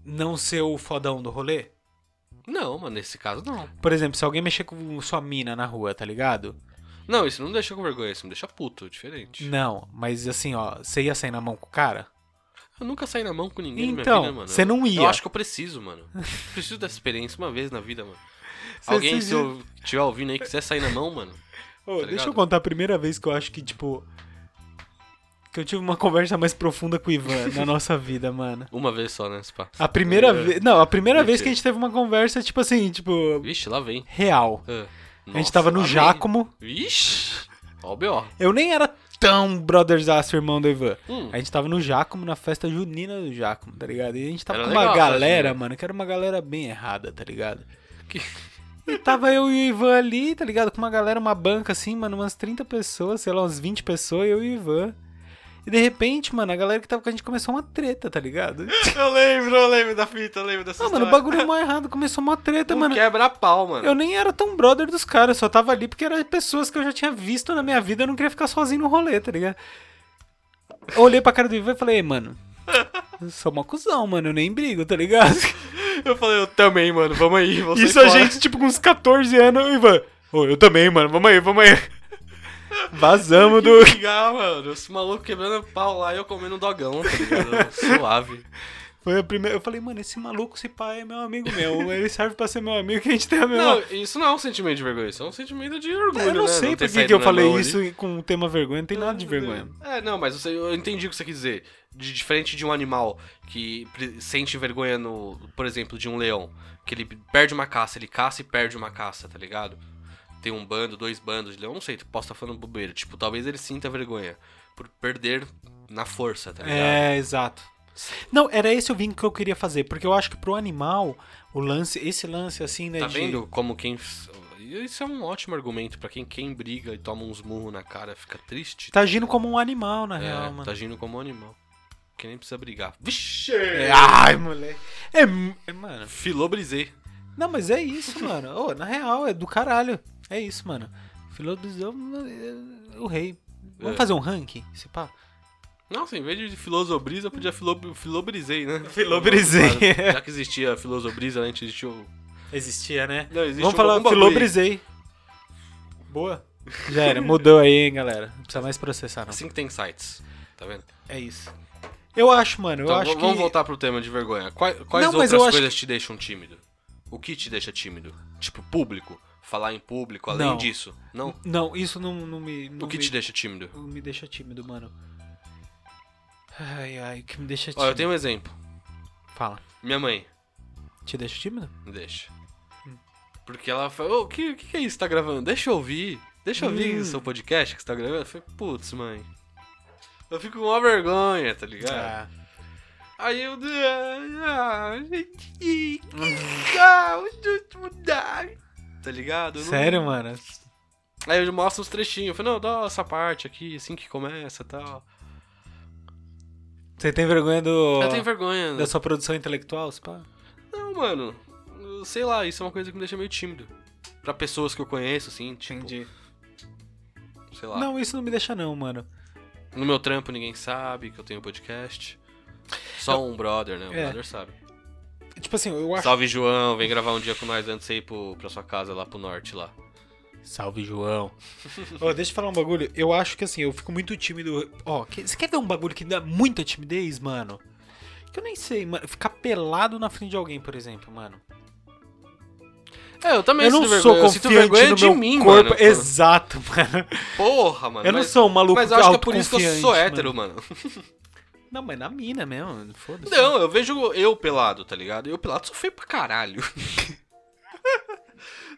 S2: Não ser o fodão do rolê?
S1: Não, mano, nesse caso não.
S2: Por exemplo, se alguém mexer com sua mina na rua, tá ligado?
S1: Não, isso não deixa com vergonha, isso me deixa puto, é diferente.
S2: Não, mas assim, ó, você ia sair na mão com o cara?
S1: Eu nunca saí na mão com ninguém na minha vida,
S2: Então,
S1: mano.
S2: você não ia.
S1: Eu acho que eu preciso, mano. Preciso dessa experiência uma vez na vida, mano.
S2: Você
S1: Alguém,
S2: se
S1: se eu estiver ouvindo aí, quiser sair na mão, mano.
S2: Ô,
S1: tá
S2: deixa
S1: ligado?
S2: eu contar a primeira vez que eu acho que, tipo. Que eu tive uma conversa mais profunda com o Ivan
S1: *laughs*
S2: na nossa vida, mano.
S1: Uma vez só, né, Spa?
S2: A primeira
S1: É.
S2: vez. Não, a primeira vez
S1: Mentira.
S2: que a gente teve uma conversa, tipo assim, tipo.
S1: Vixe, lá vem.
S2: Real.
S1: Ah,
S2: a gente
S1: nossa,
S2: tava no
S1: lá vem.
S2: Jacomo.
S1: Vixe! Ó o B.O.
S2: Eu nem era tão brotherzaço, irmão do Ivan.
S1: Hum,
S2: A gente tava no Jacomo, na festa junina do Jacomo, tá ligado? E a gente tava
S1: Era
S2: com
S1: legal né? a
S2: uma
S1: festa
S2: galera,
S1: junina.
S2: mano, que era uma galera bem errada, tá ligado?
S1: Que-
S2: E tava eu e o Ivan ali, tá ligado? Com uma galera, uma banca assim, mano, umas 30 pessoas, sei lá, uns 20 pessoas, eu e o Ivan. E de repente, mano, a galera que tava com a gente começou uma treta, tá ligado?
S1: Eu lembro, eu lembro da fita, eu lembro dessa
S2: Não, mano, o bagulho é mó errado, começou uma treta, mano.
S1: quebra-pau, mano.
S2: Eu nem era tão brother dos caras, eu só tava ali porque eram pessoas que eu já tinha visto na minha vida, eu não queria ficar sozinho no rolê, tá ligado? Eu olhei pra cara do Ivan e falei, "Ei, mano, eu sou mó cuzão, mano, eu nem brigo, tá ligado?
S1: Eu falei, eu também, mano, vamos aí. vou sair
S2: Isso a
S1: fora. *laughs*
S2: gente, tipo, com uns 14 anos, o Ivan, ô, eu também, mano, vamos aí, vamos aí. Vazamos do...
S1: Legal, mano. Esse maluco quebrando pau lá e eu comendo um dogão, tá ligado? *laughs* Suave.
S2: Foi a primeira... Eu falei, mano, esse maluco, esse pai é meu amigo meu, ele serve pra ser meu amigo, que a gente tem a mesma...
S1: Não, isso não é um sentimento de vergonha, isso é um sentimento de orgulho.
S2: eu não
S1: né?
S2: sei
S1: ter
S2: por que
S1: saído
S2: que eu
S1: na
S2: falei
S1: mão
S2: isso
S1: ali.
S2: com o tema vergonha, não tem nada de vergonha.
S1: É, não, mas eu, sei- eu entendi o que você quis dizer. De, diferente de um animal que pre- sente vergonha, no, por exemplo, de um leão, que ele perde uma caça, ele caça e perde uma caça, tá ligado? Tem um bando, dois bandos de leão, não sei, posso estar falando bobeira. Tipo, talvez ele sinta vergonha por perder na força, tá ligado?
S2: É, exato. Não, era esse o vínculo que eu queria fazer, porque eu acho que pro animal, o lance, esse lance assim, né,
S1: Tá
S2: de-
S1: vendo como quem. Isso é um ótimo argumento pra quem, quem briga e toma uns murros na cara fica triste.
S2: tá agindo como um animal, na
S1: É,
S2: real, mano.
S1: tá agindo como um animal. Que nem precisa brigar. ah, Vixe!
S2: É, ai, moleque. É, mu- é, mano.
S1: Filobrizei.
S2: Não, mas é isso, mano. Ô, na real, é do caralho. É isso, mano. Filobizão é o rei. Vamos
S1: É.
S2: fazer um ranking? Se pá.
S1: Nossa, em vez de filosobrisa, eu podia filob... filobrizei, né?
S2: *laughs* Filobrizei.
S1: Claro, Já que existia né, a filosobrisa, antes existia o.
S2: Existia, né?
S1: Não, existe
S2: Vamos
S1: um-
S2: falar
S1: um bagulho
S2: filobrizei. Boa. Já era, mudou aí, hein, galera. Não precisa mais processar, não.
S1: Assim que tem sites. Tá vendo?
S2: É isso. Eu acho, mano, eu
S1: Então,
S2: acho
S1: v-
S2: que...
S1: vamos voltar pro tema de vergonha. Quais, quais
S2: Não, mas
S1: outras
S2: eu acho
S1: coisas te deixam tímido? O que te deixa tímido? Tipo, público? Falar em público, além
S2: Não.
S1: disso? Não?
S2: Não, isso não, não me. Não
S1: O que
S2: me,
S1: te deixa tímido?
S2: não me deixa tímido, mano. Ai, ai, o que me deixa tímido.
S1: Ó, eu tenho um exemplo.
S2: Fala.
S1: Minha mãe
S2: Te deixa tímido?
S1: me deixa. Porque ela fala, ô, o que, o que que é isso que tá gravando? Deixa eu ouvir. Deixa eu ouvir
S2: Hum.
S1: o seu podcast que você tá gravando. Eu falei, putz, mãe. Eu fico com uma vergonha, tá ligado?
S2: Ah.
S1: Aí eu. Ah, gente, que legal, gente, mudar. Tá ligado? Eu não-
S2: Sério, mano?
S1: Aí eu mostro os trechinhos. Eu falei, não, dá essa parte aqui, assim que começa e tal.
S2: Você tem vergonha do.
S1: Eu tenho vergonha.
S2: da sua produção intelectual, se pá?
S1: Não, mano. eu- Sei lá, isso é uma coisa que me deixa meio tímido. Pra pessoas que eu conheço, assim, tipo, sei lá.
S2: Não, isso não me deixa não, mano.
S1: No meu trampo ninguém sabe que eu tenho podcast. Só um brother, né? O
S2: É.
S1: brother sabe.
S2: Tipo assim, eu acho.
S1: Salve, João. Vem gravar um dia com nós antes de você ir pro, pra sua casa lá pro norte lá.
S2: Salve, João. *laughs* Ó, deixa eu falar um bagulho. Eu acho que assim, eu fico muito tímido. Ó, que- você quer ver um bagulho que dá muita timidez, mano? Que eu nem sei, mano. Ficar pelado na frente de alguém, por exemplo, mano.
S1: É, eu também
S2: eu não
S1: sinto vergonha.
S2: sou
S1: eu sinto
S2: confiante
S1: vergonha
S2: no
S1: de
S2: meu
S1: mim,
S2: corpo.
S1: mano.
S2: Exato, mano.
S1: Porra, mano.
S2: eu não
S1: mas-
S2: sou um maluco
S1: Mas eu acho que é por isso que eu sou
S2: autoconfiante,
S1: hétero, mano. *laughs*
S2: mano. Não, mas na mina mesmo, foda-se.
S1: Não, eu vejo eu pelado, tá ligado? Eu pelado sou feio pra caralho. *laughs*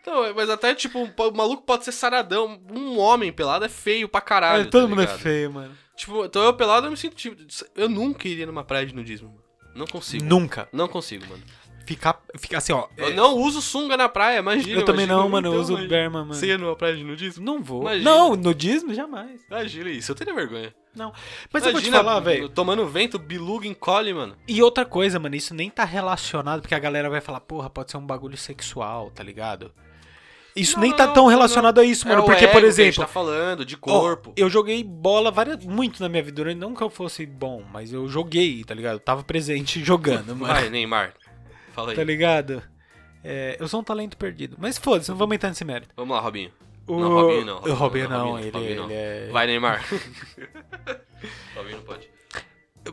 S1: Não, é, mas até tipo, um po- o maluco pode ser saradão. Um homem pelado é feio pra caralho.
S2: É, todo
S1: tá
S2: mundo é
S1: ligado?
S2: feio, mano.
S1: Tipo, então eu pelado eu me sinto tímido. Eu nunca iria numa praia de nudismo. mano. Não consigo.
S2: Nunca.
S1: Não consigo, mano.
S2: Ficar, ficar assim, ó. é,
S1: Eu não uso sunga na praia, imagina.
S2: eu também
S1: imagina,
S2: não, mano. Eu
S1: então,
S2: uso
S1: imagina.
S2: berma, mano.
S1: Você ia numa praia de nudismo?
S2: Não vou.
S1: Imagina.
S2: Não, nudismo jamais.
S1: Imagina isso, eu teria vergonha.
S2: Não. Mas eu vou te
S1: Imagina,
S2: falar, velho.
S1: Tomando vento, biluga encolhe, mano.
S2: E outra coisa, mano, isso nem tá relacionado, porque a galera vai falar, porra, pode ser um bagulho sexual, tá ligado? Isso
S1: Não,
S2: nem tá
S1: não,
S2: tão
S1: não,
S2: relacionado a isso, mano.
S1: é o
S2: porque,
S1: ego
S2: por
S1: que a gente
S2: exemplo,
S1: tá falando, de
S2: Ó,
S1: corpo.
S2: eu joguei bola várias, muito na minha vida. durante- Não que eu fosse bom, mas eu joguei, tá ligado? Eu tava presente *laughs* jogando, mano.
S1: Vai, Neymar. Fala aí.
S2: Tá ligado? É, eu sou um talento perdido. Mas foda-se, não vamos entrar nesse mérito.
S1: Vamos lá, Robinho.
S2: O...
S1: Não, Robinho não.
S2: O Robinho não, ele,
S1: *laughs* Robinho não.
S2: ele é.
S1: Vai, Neymar. Robinho não pode.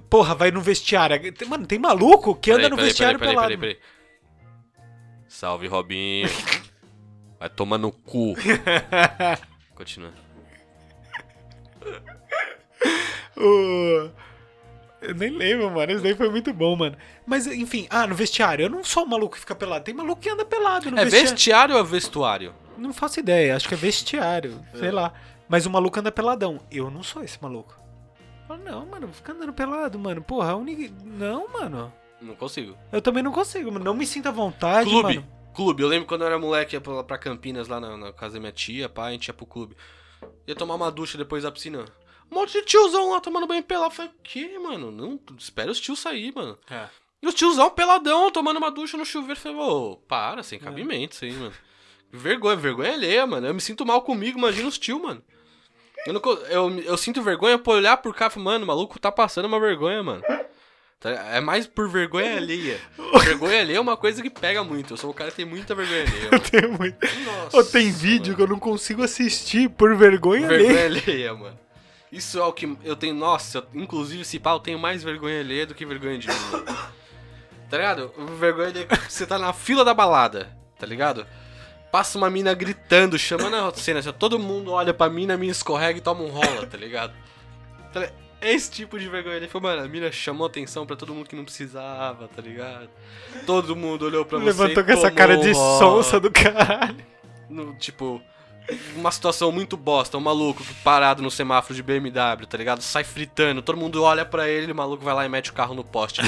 S2: Porra, vai no vestiário. Mano, tem maluco que anda
S1: Peraí,
S2: no
S1: peraí,
S2: vestiário
S1: peraí,
S2: pelado.
S1: peraí, peraí, peraí. Salve, Robinho. *laughs* Vai tomar no *laughs* cu. Continua.
S2: O- Eu nem lembro, mano. Isso daí foi muito bom, mano. Mas, enfim, ah, no vestiário. Eu não sou um maluco que fica pelado. Tem maluco que anda pelado no
S1: É
S2: vestiário.
S1: vestiário ou é vestuário?
S2: Não faço ideia. Acho que é vestiário. Sei lá. Mas o maluco anda peladão. Eu não sou esse maluco. Eu falo, não, mano. Fica andando pelado, mano. Porra, a única... Não, mano.
S1: Não consigo.
S2: Eu também não consigo, mano. Não me sinto à vontade,
S1: Clube.
S2: mano.
S1: Clube. Eu lembro quando eu era moleque, ia pra, pra Campinas, lá na, na casa da minha tia, pai, a gente ia pro clube. Ia tomar uma ducha depois da piscina. Um monte de tiozão lá tomando banho pelado. Eu Falei, o quê, mano? Não, espera os tios sair, mano. E os tiozão peladão, tomando uma ducha no chuveiro. Eu Falei, ô, para,
S2: É.
S1: sem cabimento isso aí, mano. Vergonha, vergonha alheia, mano. Eu me sinto mal comigo, imagina os tios, mano. Eu, não, co- eu, eu sinto vergonha por olhar por cá e falar, mano, o maluco tá passando uma vergonha, mano. Tá- É mais por vergonha
S2: *laughs*
S1: alheia. vergonha alheia é uma coisa que pega muito. Eu sou um cara que tem muita vergonha alheia.
S2: *laughs* Eu tenho muito.
S1: mano. Nossa.
S2: Ô, tem vídeo que eu não consigo assistir por vergonha
S1: mano.
S2: alheia.
S1: Vergonha alheia, mano. Isso é o que eu tenho. Nossa, eu- inclusive esse pau eu tenho mais vergonha alheia do que vergonha de mim. mano. Tá ligado? Vergonha alheia. é quando Você tá na fila da balada, tá ligado? Passa uma mina gritando, chamando a cena. Assim, ó, todo mundo olha pra mina, a mina escorrega e toma um rola, tá ligado? Tá ligado? Esse tipo de vergonha alheia. Foi, mano, a mina chamou atenção pra todo mundo que não precisava, tá ligado? Todo mundo olhou pra você.
S2: Levantou
S1: e
S2: com essa
S1: tomou
S2: cara
S1: um
S2: de
S1: rola.
S2: sonsa do caralho.
S1: no- tipo, uma situação muito bosta, um maluco parado no semáforo de BMW, tá ligado? Sai fritando, todo mundo olha pra ele, o maluco vai lá e mete o carro no
S2: *laughs*
S1: poste.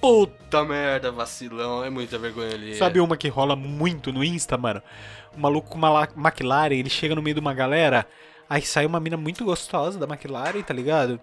S1: Puta merda, vacilão, é muita vergonha ali.
S2: Sabe uma que rola muito no Insta, mano? O maluco com uma la- McLaren, ele chega no meio de uma galera, aí sai uma mina muito gostosa da McLaren, tá ligado?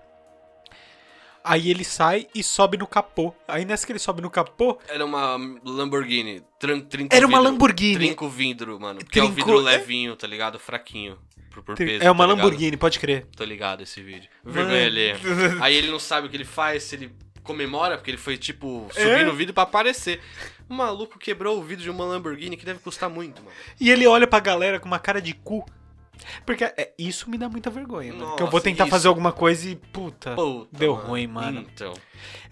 S2: Aí ele sai e sobe no capô. Aí nessa que ele sobe no capô,
S1: Era uma Lamborghini, tran, trinco
S2: era uma
S1: vidro,
S2: Lamborghini.
S1: Trinco vidro, mano. Que é um
S2: Trinco-
S1: vidro levinho, tá ligado? Fraquinho. Por, por
S2: Tri-
S1: peso.
S2: é uma
S1: tá ligado?
S2: Lamborghini, pode crer.
S1: Tô ligado esse vídeo.
S2: Mano.
S1: Vergonha alheia. Aí ele não sabe o que ele faz, se ele comemora, porque ele foi, tipo, subir
S2: É?
S1: no vidro pra aparecer. O maluco quebrou o vidro de uma Lamborghini que deve custar muito, mano.
S2: E ele olha pra galera com uma cara de cu. Porque é, isso me dá muita vergonha, mano. que eu vou
S1: Nossa,
S2: tentar
S1: isso.
S2: fazer alguma coisa e puta.
S1: Puta,
S2: Tá. Deu ruim, mano.
S1: Então.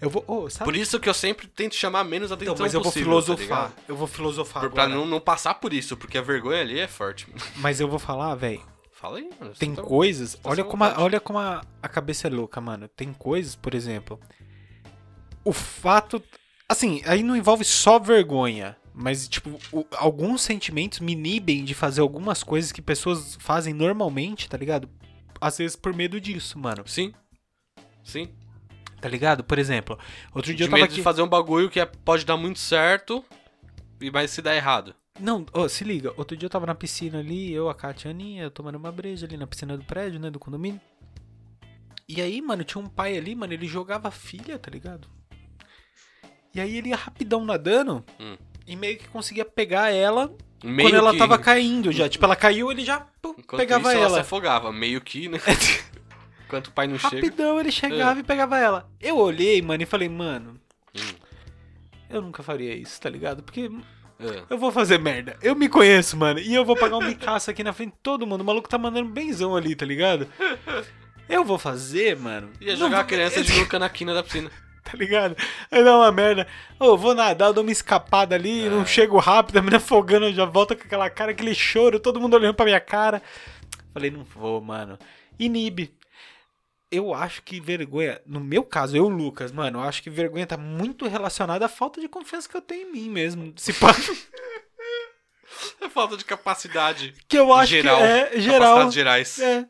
S2: Eu vou, ô, sabe?
S1: Por isso que eu sempre tento chamar menos atenção
S2: Então, mas eu vou
S1: possível,
S2: filosofar.
S1: é Tá
S2: eu vou filosofar
S1: ligado? pra
S2: agora.
S1: não, não passar por isso, porque a vergonha ali é forte. mano.
S2: Mas eu vou falar, velho.
S1: Fala aí, mano.
S2: Tem
S1: Você tá-
S2: coisas.
S1: tá
S2: Olha
S1: sem
S2: como, a,
S1: vontade.
S2: olha como a, a cabeça é louca, mano. Tem coisas, por exemplo. O fato. Assim, aí não envolve só vergonha. Mas, tipo, o- alguns sentimentos me inibem de fazer algumas coisas que pessoas fazem normalmente, tá ligado? Às vezes por medo disso, mano.
S1: Sim. Sim.
S2: Tá ligado? Por exemplo, outro dia
S1: De
S2: eu tava
S1: medo
S2: aqui.
S1: de fazer um bagulho que é- pode dar muito certo, e mas se dá errado.
S2: Não, ó, se liga, outro dia eu tava na piscina ali, eu, a Kátia e a Aninha, tomando uma breja ali na piscina do prédio, né, do condomínio. E aí, mano, tinha um pai ali, mano, ele jogava a filha, tá ligado? E aí ele ia rapidão nadando
S1: Hum.
S2: e meio que conseguia pegar ela
S1: Meio
S2: quando ela
S1: que...
S2: tava caindo já. Tipo, ela caiu, ele já pum,
S1: Enquanto
S2: pegava
S1: isso,
S2: ela.
S1: se afogava, meio que,
S2: *laughs*
S1: né? Enquanto o pai não chega. É.
S2: Rapidão ele chegava e pegava ela. Eu olhei, mano, e falei, mano,
S1: Hum,
S2: eu nunca faria isso, tá ligado? Porque
S1: é.
S2: Eu vou fazer merda. Eu me conheço, mano. E eu vou pagar um micaço aqui na frente de todo mundo. O maluco tá mandando benzão ali, tá ligado? Eu vou fazer, mano.
S1: Ia
S2: Não
S1: jogar a
S2: vou-
S1: criança de nuca na quina da piscina.
S2: Tá ligado? Aí dá uma merda. Ô, eu vou nadar, eu dou uma escapada
S1: É.
S2: ali, não chego rápido, a menina afogando, eu já volto com aquela cara, aquele choro, todo mundo olhando pra minha cara. Falei, não vou, mano. Inibe. Eu acho que vergonha, no meu caso, eu, Lucas, mano, eu acho que vergonha tá muito relacionada à falta de confiança que eu tenho em mim mesmo. Se pá.
S1: *laughs*
S2: *laughs*
S1: É falta de capacidade.
S2: Que eu acho
S1: geral.
S2: que é geral.
S1: Capacidades gerais.
S2: É.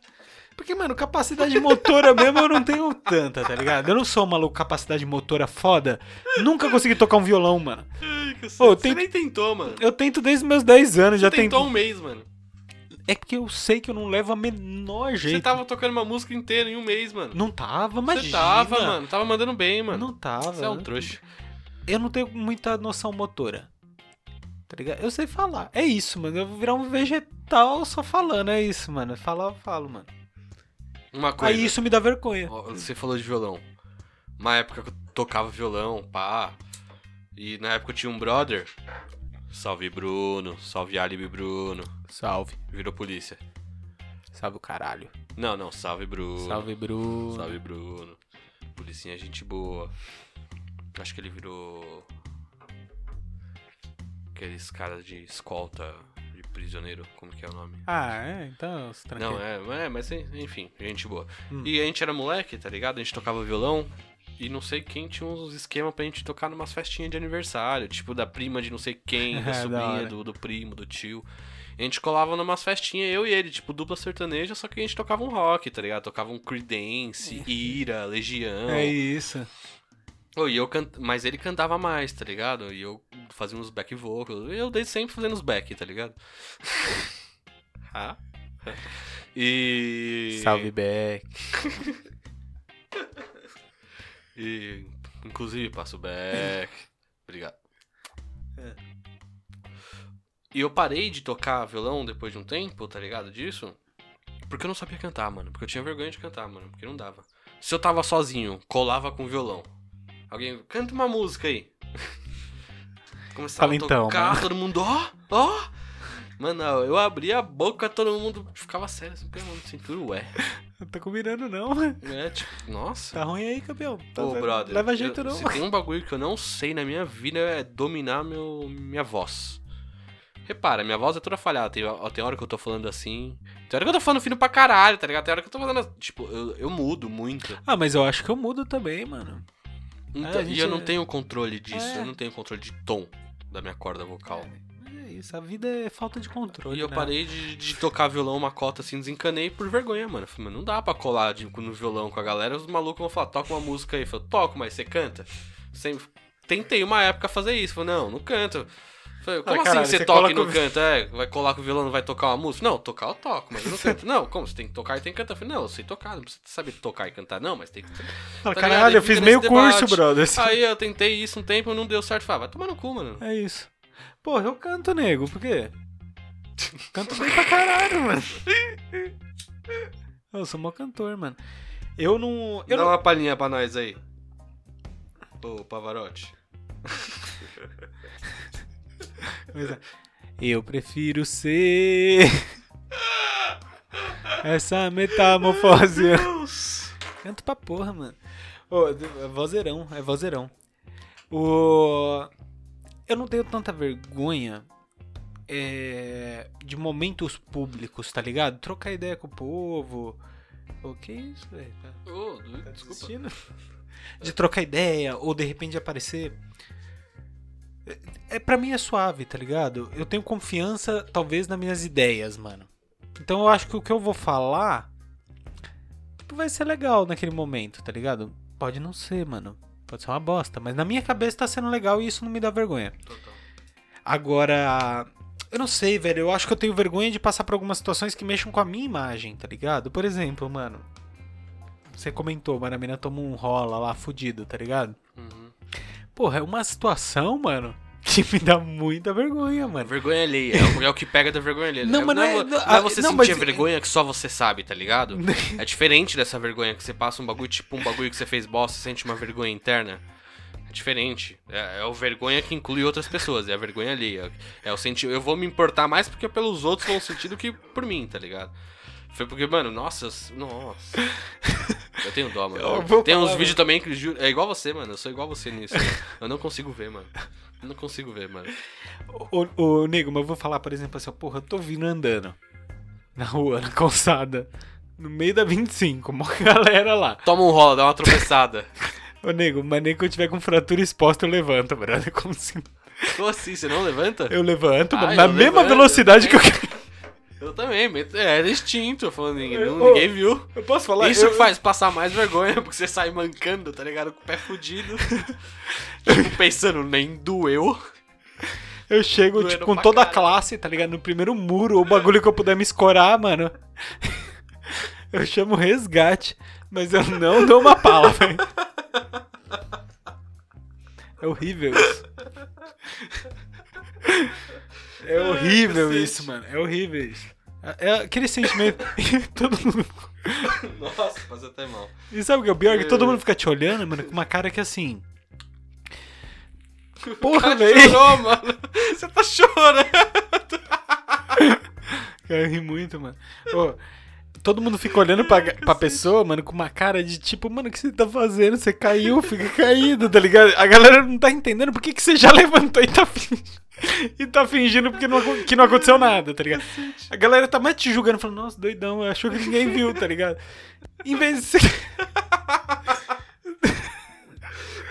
S2: Porque, mano, capacidade motora
S1: *laughs*
S2: mesmo eu não tenho tanta, tá ligado? Eu não sou um maluco com capacidade motora foda. Nunca consegui tocar um violão, mano.
S1: Ai, que
S2: Ô,
S1: Você
S2: tem-
S1: nem tentou, mano.
S2: Eu tento desde meus 10 anos, já
S1: Você tentou
S2: tento.
S1: um mês, mano.
S2: É porque eu sei que eu não levo a menor jeito.
S1: Você tava tocando uma música inteira em um mês, mano.
S2: Não tava, imagina.
S1: Você tava, mano. Tava mandando bem, mano.
S2: Não tava. né?
S1: Você é um trouxa.
S2: Eu não tenho muita noção motora. Tá ligado? Eu sei falar. É isso, mano. Eu vou virar um vegetal só falando. É isso, mano. Falar, eu falo, mano.
S1: Uma coisa.
S2: Aí isso me dá vergonha.
S1: Ó, Você falou de violão. Uma época que eu tocava violão, pá. E na época eu tinha um brother. Salve Bruno. Salve Alibi Bruno.
S2: Salve.
S1: Virou polícia.
S2: Salve o caralho.
S1: Não, não. Salve Bruno.
S2: Salve, Bruno.
S1: Salve Bruno. Policinha, gente boa. Acho que ele virou. Aqueles caras de escolta de prisioneiro, como que é o nome?
S2: Ah, é, então, tranquilo. Hum.
S1: Não, é, é, mas enfim, gente boa. E a gente era moleque, tá ligado? A gente tocava violão e não sei quem tinha uns esquemas pra gente tocar numas festinhas de aniversário, tipo da prima de não sei
S2: *laughs*
S1: quem,
S2: É,
S1: da
S2: da
S1: sobrinha,
S2: hora.
S1: do, do primo, do tio. E a gente colava numas festinhas, eu e ele, tipo dupla sertaneja, só que a gente tocava um rock, tá ligado? Tocava um Creedence, Ira, Legião.
S2: É isso.
S1: Oh, e eu can... Mas ele cantava mais, tá ligado? E eu fazia uns back vocals. Eu desde sempre fazendo os back, tá ligado? *laughs* ah. E.
S2: Salve Beck.
S1: E, inclusive, passo back. Obrigado.
S2: É.
S1: E eu parei de tocar violão depois de um tempo, tá ligado? Disso. Porque eu não sabia cantar, mano. Porque eu tinha vergonha de cantar, mano. Porque não dava. Se eu tava sozinho, colava com violão. Alguém, canta uma música aí. *laughs* Começava
S2: Fala
S1: a
S2: então,
S1: tocar,
S2: mano.
S1: todo mundo, ó, ó. Mano, eu abria a boca, todo mundo ficava sério, assim, pelo amor de cintura, ué.
S2: Não tá combinando não,
S1: É, tipo, nossa.
S2: Tá ruim aí, campeão. Tá-
S1: Ô, brother.
S2: Leva
S1: eu-
S2: jeito não.
S1: Se tem um bagulho que eu não sei na minha vida é dominar meu, minha voz. Repara, minha voz é toda falhada. Tem, tem hora que eu tô falando assim. Tem hora que eu tô falando fino pra caralho, tá ligado? Tem hora que eu tô falando. Tipo, eu, eu mudo muito.
S2: Ah, mas eu acho que eu mudo também, mano.
S1: Então,
S2: gente
S1: E eu não
S2: é-
S1: tenho controle disso.
S2: É.
S1: Eu não tenho controle de tom da minha corda vocal.
S2: Mas é isso, a vida é falta de controle.
S1: E eu
S2: né?
S1: parei de, de tocar violão uma cota assim, desencanei por vergonha, mano. Eu Falei, mano, não dá pra colar de- no violão com a galera, os malucos vão falar, toca uma música aí. Eu Falei, toco, mas você canta? Sempre... Tentei uma época fazer isso. Eu Falei, não, não canto. Eu Falei, como assim
S2: caralho,
S1: você,
S2: você
S1: toca
S2: cola
S1: e não
S2: com-
S1: canta? É, vai colar com o violão, não vai tocar uma música? Não, tocar eu toco, mas eu não canto. *laughs* Não, como? Você tem que tocar e tem que cantar. Eu falei, não, eu sei tocar, não precisa saber tocar e cantar, não, mas tem
S2: *laughs*
S1: que.
S2: Fala,
S1: tá ligado?
S2: Caralho,
S1: E
S2: eu fiz
S1: fica
S2: meio
S1: nesse
S2: curso,
S1: debate.
S2: brother.
S1: Aí eu tentei isso um tempo, não deu certo. Falei, vai tomar no cu, mano.
S2: É isso. Porra, eu canto, nego, por quê? Canto bem pra caralho, mano. *laughs* Eu sou mó cantor, mano. Eu não. Eu
S1: Dá
S2: não...
S1: uma palhinha pra nós aí. Ô, Pavarotti.
S2: Pois é. Eu prefiro ser. *laughs* Essa metamorfose.
S1: Deus!
S2: Canto pra porra, mano. Ô, é vozeirão, é vozeirão. O... Eu não tenho tanta vergonha é, de momentos públicos, tá ligado? Trocar ideia com o povo. O que é isso, velho? Tá-
S1: Ô,
S2: tá
S1: desculpa.
S2: desistindo? *laughs* De trocar ideia ou de repente aparecer. É, é para mim é suave, tá ligado? Eu tenho confiança, talvez, nas minhas ideias, mano. Então eu acho que o que eu vou falar tipo, vai ser legal naquele momento, tá ligado? Pode não ser, mano. Pode ser uma bosta, mas na minha cabeça tá sendo legal e isso não me dá vergonha. Agora, eu não sei, velho. Eu acho que eu tenho vergonha de passar por algumas situações que mexam com a minha imagem, tá ligado? Por exemplo, mano. Você comentou, mano, a mina tomou um rola lá, fudido, tá ligado?
S1: Uhum.
S2: Porra, é uma situação, mano, *laughs* que me dá muita vergonha, mano.
S1: Vergonha alheia. É o- É o que pega da vergonha alheia.
S2: Não, mas não é-
S1: vo-
S2: não-
S1: não é
S2: ah,
S1: você
S2: não,
S1: sentir a
S2: mas-
S1: vergonha que só você sabe, tá
S2: *laughs*
S1: ligado? É diferente dessa vergonha que você passa um bagulho, tipo um bagulho que você fez bosta, você sente uma vergonha interna. É diferente. É, é o vergonha que inclui outras pessoas, é a vergonha alheia. É o senti Eu vou me importar mais porque pelos outros vão sentir do que por mim, tá ligado? Foi porque, mano, nossa, nossa. Eu tenho dó,
S2: *laughs* Eu
S1: mano.
S2: vou
S1: Tem uns
S2: falar,
S1: vídeos também que juro. É igual você, mano. Eu sou igual você nisso. Eu não consigo ver, mano. Eu não consigo ver, mano.
S2: Ô, ô, nego, mas eu vou falar, por exemplo, assim, ó, porra, eu tô vindo andando na rua, na calçada, no meio da *laughs* 25, uma galera lá.
S1: Toma um rola, dá uma tropeçada.
S2: Ô, nego, mas nem que eu tiver com fratura exposta, eu levanto, brother. *laughs* Como se.
S1: Como assim? Você não levanta?
S2: Eu levanto,
S1: Ah,
S2: mano,
S1: eu
S2: na mesma
S1: levanto,
S2: velocidade que eu quero.
S1: Eu também, mas é, era instinto, falando, ninguém,
S2: Eu-
S1: não- ninguém viu.
S2: Eu posso falar
S1: Isso
S2: eu,
S1: faz passar mais vergonha, porque você sai mancando, tá ligado? Com o pé fudido. tipo, pensando, nem doeu.
S2: Eu chego
S1: Doendo
S2: tipo, com
S1: pra
S2: toda a
S1: caralho.
S2: classe, tá ligado? No primeiro muro, o bagulho que eu puder me escorar, mano. *laughs* Eu chamo resgate, mas eu não dou uma pala, *laughs* velho. É horrível isso. É horrível
S1: cacete.
S2: isso, mano. É horrível isso. É aquele sentimento. *laughs* todo mundo.
S1: Nossa, faz até mal.
S2: E sabe o que é o pior? Que todo
S1: É.
S2: mundo fica te olhando, mano, com uma cara
S1: *laughs*
S2: que assim. Porra,
S1: Você
S2: velho.
S1: Tá chorou, mano. Você tá chorando.
S2: Cara, Eu ri muito, mano. Ô, todo mundo fica olhando pra, pra pessoa, mano, com uma cara de tipo, mano, o que você tá fazendo? Você caiu, fica caído, tá ligado? A galera não tá entendendo por que, que você já *laughs* levantou e tá, fin- e tá fingindo porque não, acon- que não aconteceu nada, tá ligado? A galera tá mais te julgando, falando, nossa, doidão, achou que ninguém viu, tá ligado? Em vez de você. *laughs*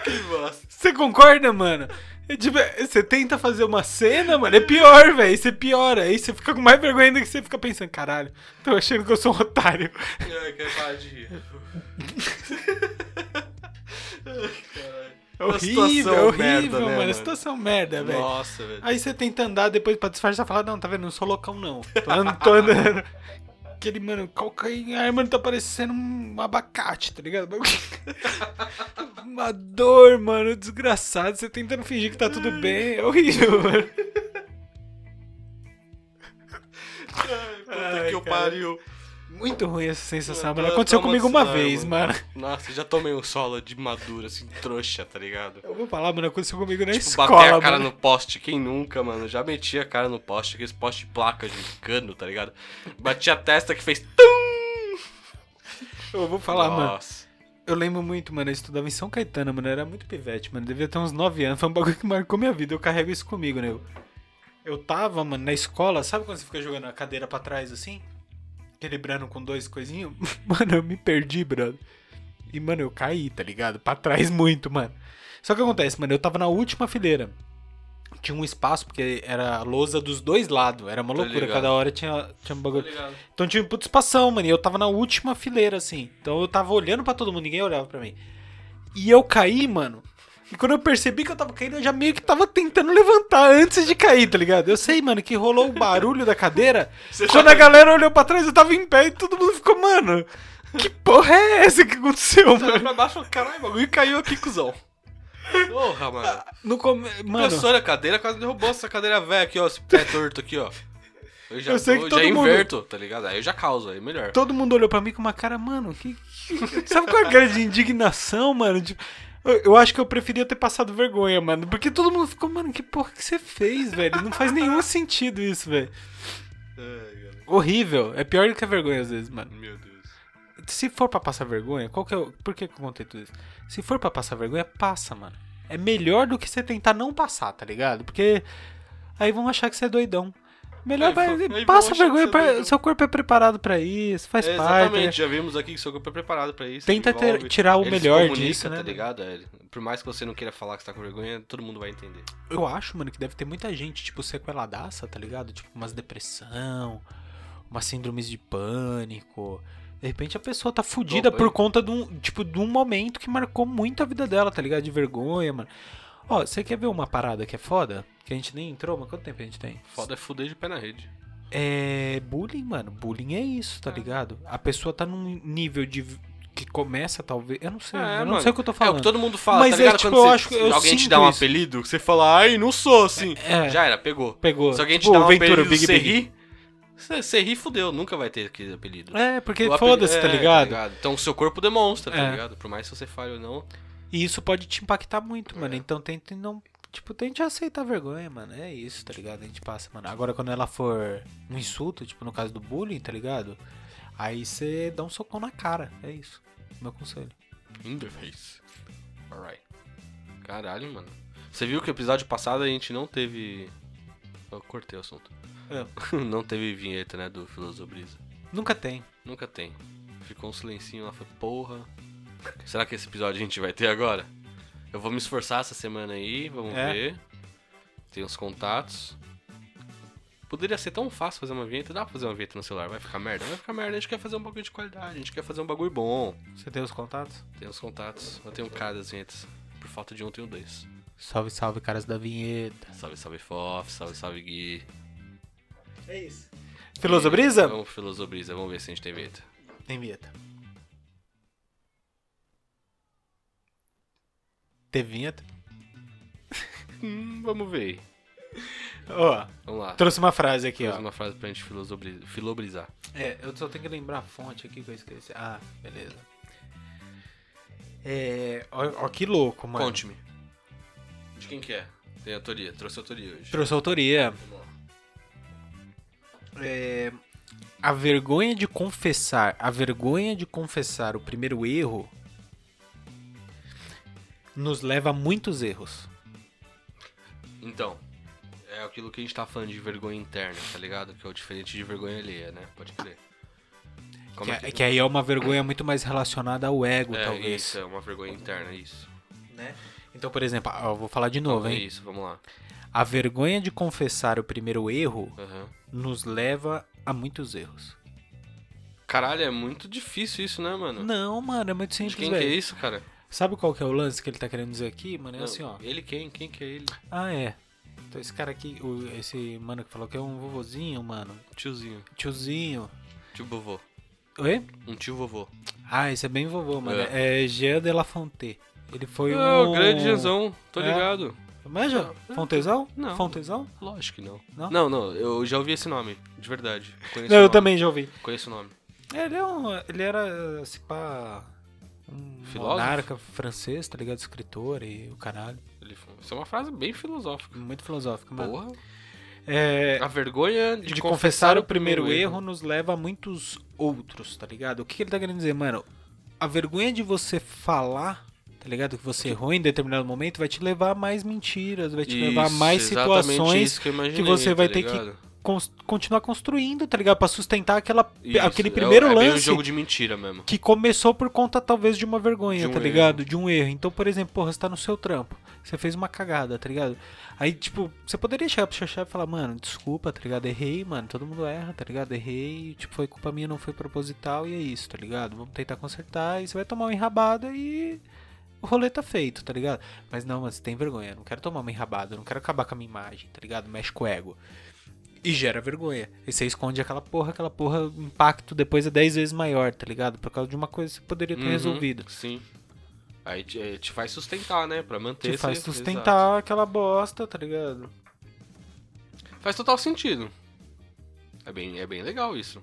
S1: Que bosta.
S2: Você concorda, mano? É tipo, você tenta fazer uma cena, mano, é pior, velho. Você piora. Aí você fica com mais vergonha ainda que você fica pensando, caralho, tô achando que eu sou um otário.
S1: Ai, que É, parar de rir. Ai, caralho.
S2: É
S1: Uma
S2: horrível,
S1: situação
S2: é horrível,
S1: merda, né,
S2: mano.
S1: mano?
S2: É situação merda, velho.
S1: Nossa, velho.
S2: Aí você tenta andar depois pra disfarçar e falar, não, tá vendo? Não sou loucão, não. Tô andando.
S1: *laughs*
S2: Tô andando. Aquele, mano, calcanhar, mano, tá parecendo um abacate, tá ligado? *laughs* Uma dor, mano, desgraçado. Você tentando fingir que tá tudo bem. É horrível, *laughs* mano.
S1: Ai, puta
S2: Ai,
S1: que eu
S2: cara.
S1: pariu.
S2: Muito ruim essa sensação,
S1: Eu
S2: mano.
S1: tô-
S2: Aconteceu
S1: tô
S2: comigo uma
S1: amaldiçoado,
S2: vez, mano.
S1: Nossa, eu já tomei um solo de madura, assim, trouxa, tá ligado?
S2: Eu vou falar, mano, aconteceu comigo na
S1: Tipo, bater
S2: escola,
S1: a cara
S2: mano.
S1: no poste, quem nunca, mano? Já meti a cara no poste, aqueles poste de placa de cano, tá ligado? Bati a testa que fez tum!
S2: Eu vou falar, mano.
S1: Nossa.
S2: Eu lembro muito, mano, eu estudava em São Caetano, mano, eu era muito pivete, mano, devia ter uns 9 anos, foi um bagulho que marcou minha vida, eu carrego isso comigo, né? Eu, eu tava, mano, na escola, sabe quando você fica jogando a cadeira pra trás, assim? Equilibrando com dois coisinhos? *laughs* Mano, eu me perdi, brother. E, mano, eu caí, tá ligado? Pra trás muito, mano. Só que acontece, mano, eu tava na última fileira. Tinha um espaço, porque era a lousa dos dois lados, era uma
S1: Tô
S2: loucura,
S1: ligado.
S2: cada hora tinha, tinha um bagulho.
S1: Tá ligado?
S2: Então tinha um puto espação, mano. E eu tava na última fileira, assim. Então eu tava olhando pra todo mundo, ninguém olhava pra mim. E eu caí, mano. E quando eu percebi que eu tava caindo, eu já meio que tava tentando levantar antes de cair, tá ligado? Eu sei, mano, que rolou o barulho da cadeira.
S1: *laughs* Você
S2: quando
S1: já-
S2: a galera olhou pra trás, eu tava em pé e todo mundo ficou, mano. Que porra é essa que aconteceu,
S1: Você olhou
S2: mano?
S1: Tá pra baixo e falou, caralho, o bagulho caiu aqui, cuzão. Porra, mano.
S2: No come...
S1: Mano.
S2: Mano,
S1: Professora, a cadeira quase derrubou essa cadeira velha aqui, ó. Esse pé torto aqui, ó. Eu já,
S2: Eu sei que
S1: eu
S2: todo
S1: já
S2: mundo-
S1: inverto, tá ligado? Aí eu já causo, aí é melhor.
S2: todo mundo olhou pra mim com uma cara, mano, que. que- Sabe qual é a cara de indignação, mano? Tipo, eu, eu acho que eu preferia ter passado vergonha, mano. Porque todo mundo ficou, mano, que porra que você fez, velho? Não faz nenhum sentido isso, velho.
S1: Ai, galera.
S2: Horrível. É pior do que a vergonha, às vezes, mano.
S1: Meu Deus.
S2: Se for pra passar vergonha, qual que é o. Por que, que eu contei tudo isso? Se for pra passar vergonha, passa, mano. É melhor do que você tentar não passar, tá ligado? Porque aí vão achar que você é doidão. Melhor
S1: Aí
S2: vai-
S1: vão- aí vão achar
S2: passa
S1: que você
S2: vergonha,
S1: é
S2: pra-
S1: doidão.
S2: seu corpo é preparado pra isso, faz
S1: É,
S2: parte. né?
S1: exatamente, já vimos aqui que o seu corpo é preparado pra isso.
S2: Tenta ter-
S1: envolve-
S2: tirar o
S1: ele se
S2: melhor
S1: comunica,
S2: disso, né,
S1: Tá
S2: mano?
S1: ligado? É, Por mais que você não queira falar que você tá com vergonha, todo mundo vai entender.
S2: Eu acho, mano, que deve ter muita gente, tipo, sequeladaça, tá ligado? Tipo, umas depressão, umas síndromes de pânico. De repente a pessoa tá fudida
S1: Opa,
S2: por
S1: hein?
S2: conta de um, tipo, de um momento que marcou muito a vida dela, tá ligado? De vergonha, mano. Ó, você quer ver uma parada que é foda? Que a gente nem entrou, mas quanto tempo a gente tem?
S1: Foda é fuder de pé na rede.
S2: É bullying, mano. Bullying é isso, tá ligado? A pessoa tá num nível de... que começa, talvez... Eu não sei,
S1: É,
S2: eu não
S1: mano.
S2: sei o que eu tô
S1: É o
S2: falando.
S1: que todo mundo fala,
S2: Mas
S1: tá
S2: é,
S1: ligado?
S2: tipo,
S1: Quando
S2: eu
S1: você-
S2: acho que eu
S1: alguém te
S2: sinto
S1: dá um
S2: isso.
S1: apelido, que você fala, ai, não sou assim.
S2: É,
S1: Já era, pegou.
S2: pegou.
S1: Se alguém te
S2: Tipo,
S1: dá um
S2: Ventura,
S1: apelido,
S2: Big
S1: você
S2: Big.
S1: ri, você, você ri, fudeu, nunca vai ter aquele apelido.
S2: É, porque
S1: O apelido-
S2: foda-se,
S1: é,
S2: tá ligado?
S1: Então o seu corpo demonstra, tá
S2: É.
S1: ligado? Por mais que você falhe ou não.
S2: E isso pode te impactar muito, mano.
S1: É.
S2: Então tente não. Tipo, tente aceitar a vergonha, mano. É isso, tá ligado? A gente passa, mano. Agora, quando ela for um insulto, tipo no caso do bullying, tá ligado? Aí você dá um socão na cara. É isso. Meu conselho.
S1: In the face. Alright. Caralho, mano. Você viu que o episódio passado a gente não teve. Eu cortei o assunto.
S2: É.
S1: *laughs* não teve vinheta, né, do Filosobrisa.
S2: Nunca tem.
S1: Nunca tem. Ficou um silencinho lá, foi porra. Será que esse episódio a gente vai ter agora? Eu vou me esforçar essa semana aí, vamos
S2: É.
S1: ver. Tem os contatos. Poderia ser tão fácil fazer uma vinheta, dá pra fazer uma vinheta no celular, vai ficar merda? Vai ficar merda, a gente quer fazer um bagulho de qualidade, a gente quer fazer um bagulho bom.
S2: Você tem os contatos?
S1: Tem os contatos, eu tenho cada das vinhetas. Por falta de um, tenho dois.
S2: Salve, salve, caras da vinheta.
S1: Salve, salve, Fof, salve, salve, Gui.
S2: É isso. Filosobrisa?
S1: Vamos, Filosobrisa, vamos ver se a gente tem vinheta.
S2: Tem vinheta. Tem vinheta?
S1: Hum, vamos ver.
S2: Ó,
S1: Vamos lá.
S2: trouxe uma frase aqui,
S1: Faz
S2: ó.
S1: uma frase pra gente filobri- filobrizar.
S2: É, eu só tenho que lembrar a fonte aqui que eu esqueci. Ah, beleza. É. Ó, ó que louco, mano.
S1: Conte-me. De quem que é? Tem autoria, trouxe autoria hoje.
S2: Trouxe autoria.
S1: Vamos lá.
S2: É. A vergonha de confessar, a vergonha de confessar o primeiro erro nos leva a muitos erros.
S1: Então, é aquilo que a gente tá falando de vergonha interna, tá ligado? Que é o diferente de vergonha alheia, né? Pode crer.
S2: Que, é- que aí é uma vergonha muito mais relacionada ao ego,
S1: é,
S2: talvez.
S1: isso, é uma vergonha interna, isso.
S2: né? Então, por exemplo, ah, eu vou falar de novo,
S1: É
S2: hein?
S1: isso, vamos lá.
S2: A vergonha de confessar o primeiro erro
S1: Aham.
S2: nos leva a muitos erros.
S1: Caralho, é muito difícil isso, né, mano?
S2: Não, mano, é muito
S1: De
S2: simples,
S1: quem que é
S2: velho.
S1: isso, cara?
S2: Sabe qual que é o lance que ele tá querendo dizer aqui, mano? É
S1: Não,
S2: assim, ó.
S1: Ele quem? Quem que é ele?
S2: Ah, é. Então esse cara aqui, o- esse mano que falou que é um vovozinho, mano.
S1: Tiozinho.
S2: Tiozinho.
S1: Tio vovô.
S2: Oi?
S1: Um tio vovô.
S2: Ah, esse é bem vovô, mano. É, Jean de La Fonte. Ele foi
S1: Ah,
S2: um...
S1: o grande Janzão, tô
S2: É.
S1: ligado.
S2: Manja? Fontezão?
S1: Não.
S2: Fontezão?
S1: Lógico que não.
S2: Não?
S1: não, eu já ouvi esse nome, de verdade. Conheço
S2: Não,
S1: o
S2: eu
S1: nome.
S2: também já ouvi.
S1: Conheço o nome.
S2: É, Ele, é um, ele era, se pá, um
S1: Filósofo?
S2: monarca francês, tá ligado? Escritor e o caralho.
S1: Ele- Isso é uma frase bem filosófica.
S2: Muito filosófico, mano.
S1: Porra.
S2: É,
S1: A vergonha de,
S2: de, confessar o primeiro erro nos leva a muitos outros, tá ligado? O que que ele tá querendo dizer, mano? A vergonha de você falar, tá ligado? Que você errou em determinado momento vai te levar a mais mentiras, vai te levar a
S1: Isso,
S2: mais
S1: exatamente
S2: situações
S1: isso que, eu imaginei,
S2: que você vai
S1: tá
S2: ter que
S1: ligado?
S2: cons- continuar construindo, tá ligado? Pra sustentar aquela,
S1: Isso,
S2: aquele
S1: é o-
S2: primeiro
S1: é bem um
S2: lance
S1: jogo de mentira mesmo.
S2: que começou por conta talvez de uma vergonha,
S1: De um
S2: tá ligado? De um erro. Então, por exemplo, porra, você tá no seu trampo, você fez uma cagada, tá ligado? Aí, tipo, você poderia chegar pro seu chefe e falar, mano, desculpa, tá ligado? Errei, mano, todo mundo erra, tá ligado? Errei, tipo, foi culpa minha, não foi proposital e é isso, tá ligado? Vamos tentar consertar e você vai tomar uma enrabada e o rolê tá feito, tá ligado? Mas não, mas tem vergonha, eu não quero tomar uma enrabada, eu não quero acabar com a minha imagem, tá ligado? Mexe com o ego. E gera vergonha. E você esconde aquela porra, aquela porra, o impacto depois é 10 vezes maior, tá ligado? Por causa de uma coisa que você poderia ter
S1: Uhum,
S2: resolvido.
S1: Sim. Aí te, eh, te faz sustentar, né? Pra manter
S2: Te
S1: esse-
S2: faz
S1: exato. É
S2: sustentar aquela bosta, tá ligado?
S1: Faz total sentido. É bem, é bem legal isso.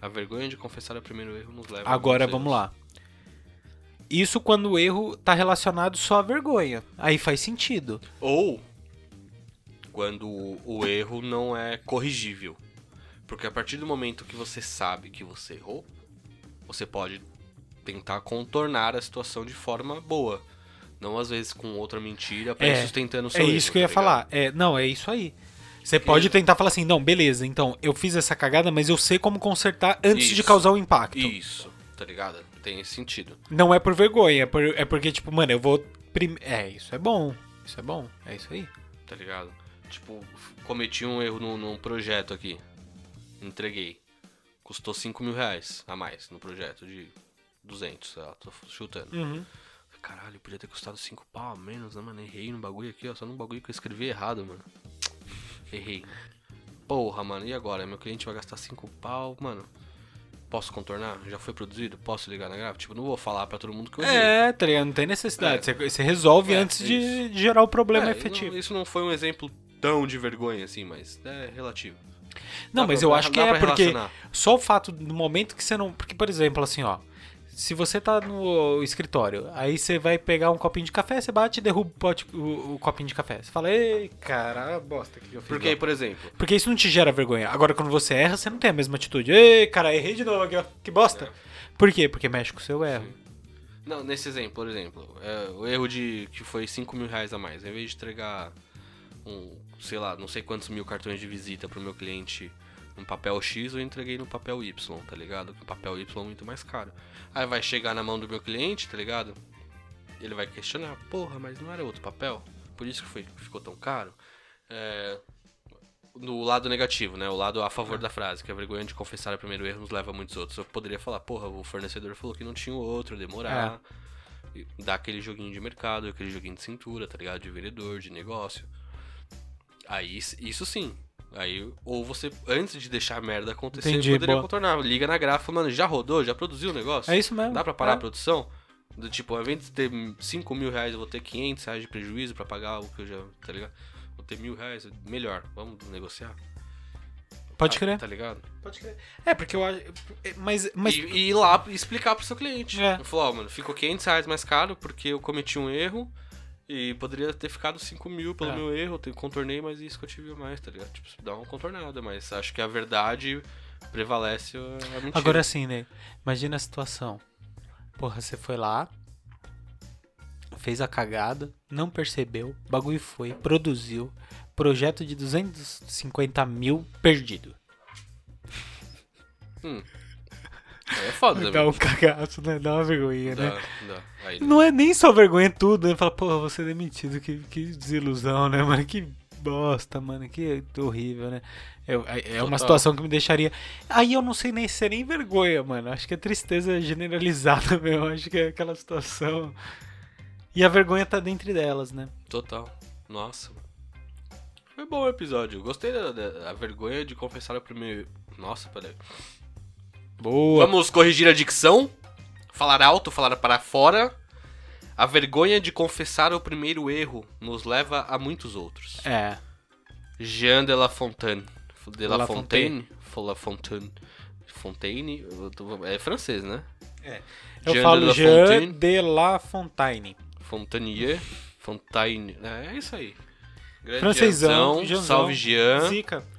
S1: A vergonha de confessar o primeiro erro nos leva. a
S2: Agora
S1: muitos
S2: vamos
S1: erros.
S2: lá. Isso quando o erro tá relacionado só à vergonha. Aí faz sentido.
S1: Ou quando o, o erro não é corrigível. Porque a partir do momento que você sabe que você errou, você pode tentar contornar a situação de forma boa. Não às vezes com outra mentira pra
S2: É,
S1: ir sustentando o seu
S2: É
S1: erro,
S2: isso que eu ia
S1: tá ligado?
S2: falar. É, não, é isso aí. Você pode tentar falar assim, não, beleza, então eu fiz essa cagada, mas eu sei como consertar antes de
S1: Isso.
S2: causar o impacto.
S1: Isso, tá ligado? Tem esse sentido.
S2: Não é por vergonha, é, por- é porque, tipo, mano, eu vou. prim- É, isso é bom. Isso é bom. É isso aí.
S1: tá ligado? Tipo, f- cometi um erro num, num projeto aqui. Entreguei. Custou 5 mil reais a mais no projeto de 200, sei lá, tô f- chutando.
S2: É,
S1: Caralho, podia ter custado 5 pau a menos, né, mano? Errei no bagulho aqui, ó. Só no bagulho que eu escrevi errado, mano. Errei. Porra, mano, e agora? Meu cliente vai gastar 5 pau, mano. Posso contornar? Já foi produzido? Posso ligar na gráfica? Tipo, não vou falar pra todo mundo que eu errei.
S2: É, tá ligado? Não tem necessidade.
S1: É.
S2: Você, você resolve
S1: É,
S2: antes de,
S1: isso.
S2: de gerar o problema
S1: É,
S2: efetivo.
S1: não- isso não foi um exemplo tão de vergonha assim, mas é relativo.
S2: Não,
S1: Dá
S2: mas
S1: pra-
S2: eu
S1: dá-
S2: acho que
S1: dá
S2: é
S1: pra
S2: porque
S1: relacionar.
S2: só o fato do momento que você não. Porque, por exemplo, assim, ó. Se você tá no escritório, aí você vai pegar um copinho de café, você bate e derruba o, pote- o- o copinho de café. Você fala, ei, cara, a bosta que eu fiz.
S1: Porque,
S2: lá."
S1: por exemplo,
S2: Porque isso não te gera vergonha. Agora, quando você erra, você não tem a mesma atitude. Ei, cara, errei de novo aqui, ó. Que
S1: É.
S2: bosta. Por quê? Porque mexe com o seu erro.
S1: não, nesse exemplo, por exemplo, é, o erro de que foi 5 mil reais a mais, ao invés de entregar um, sei lá, não sei quantos mil cartões de visita pro meu cliente no papel X, eu entreguei no papel Y, tá ligado? O papel Y é muito mais caro. Aí vai chegar na mão do meu cliente, tá ligado? Ele vai questionar, porra, mas não era outro papel? Por isso que foi, ficou tão caro? É, no lado negativo, né? O lado a favor da frase, que é a vergonha de confessar o primeiro erro nos leva a muitos outros. Eu poderia falar, porra, o fornecedor falou que não tinha o outro, demorar. E Dar aquele joguinho de mercado, aquele joguinho de cintura, tá ligado? De vendedor, de negócio. Aí, s- isso sim. Aí, ou você, antes de deixar a merda acontecer,
S2: Entendi,
S1: poderia
S2: boa.
S1: contornar. Liga na gráfica, mano, já rodou, já produziu o negócio?
S2: É isso mesmo.
S1: Dá pra parar
S2: É.
S1: a produção? Do tipo, ao invés de ter 5 mil reais, eu vou ter 500 reais de prejuízo pra pagar o que eu já. Tá ligado? Vou ter mil reais, melhor. Vamos negociar.
S2: Pode
S1: Ah,
S2: crer.
S1: Tá ligado?
S2: Pode crer. É, porque eu acho. é, Mas. mas...
S1: E, e ir lá explicar pro seu cliente.
S2: É.
S1: É. Falar, ó, mano, ficou 500 reais mais caro porque eu cometi um erro e poderia ter ficado 5 mil pelo
S2: É.
S1: meu erro. Eu te- contornei, mas isso que eu tive a mais, tá ligado? Tipo, dá uma contornada, mas acho que a verdade prevalece a mentira.
S2: Agora sim, né? Imagina a situação. Porra, você foi lá, fez a cagada, não percebeu, o bagulho foi, produziu, projeto de 250 mil perdido.
S1: Aí é foda também.
S2: Dá um cagaço, né? Dá uma vergonha, né?
S1: Dá, dá. Aí,
S2: Não é nem só vergonha, é tudo, né? Fala, porra, você é demitido, que, que desilusão, né, mano? Que bosta, mano, que horrível, né? É, é- é uma
S1: Total.
S2: situação que me deixaria. Aí eu não sei nem se é nem vergonha, mano. Acho que é tristeza generalizada *laughs* mesmo. Acho que é aquela situação. E a vergonha tá dentro delas, né?
S1: Total. Nossa. Foi bom o episódio. Gostei da, da- da vergonha de confessar a primeira. Nossa, peraí.
S2: Boa!
S1: Vamos corrigir a dicção. Falar alto, falar para fora. A vergonha de confessar o primeiro erro nos leva a muitos outros.
S2: É.
S1: Jean de La Fontaine. De La,
S2: La
S1: Fontaine? La Fontaine. Fontaine? eu tô- É francês, né?
S2: Eu
S1: Jean de
S2: falo
S1: La
S2: Jean
S1: Fontaine.
S2: de La Fontaine.
S1: Fontanier. Fontaine. É, é isso aí. Grande
S2: Francesão,
S1: Jeanzão,
S2: Jeanzão.
S1: Salve Jean.
S2: Zica.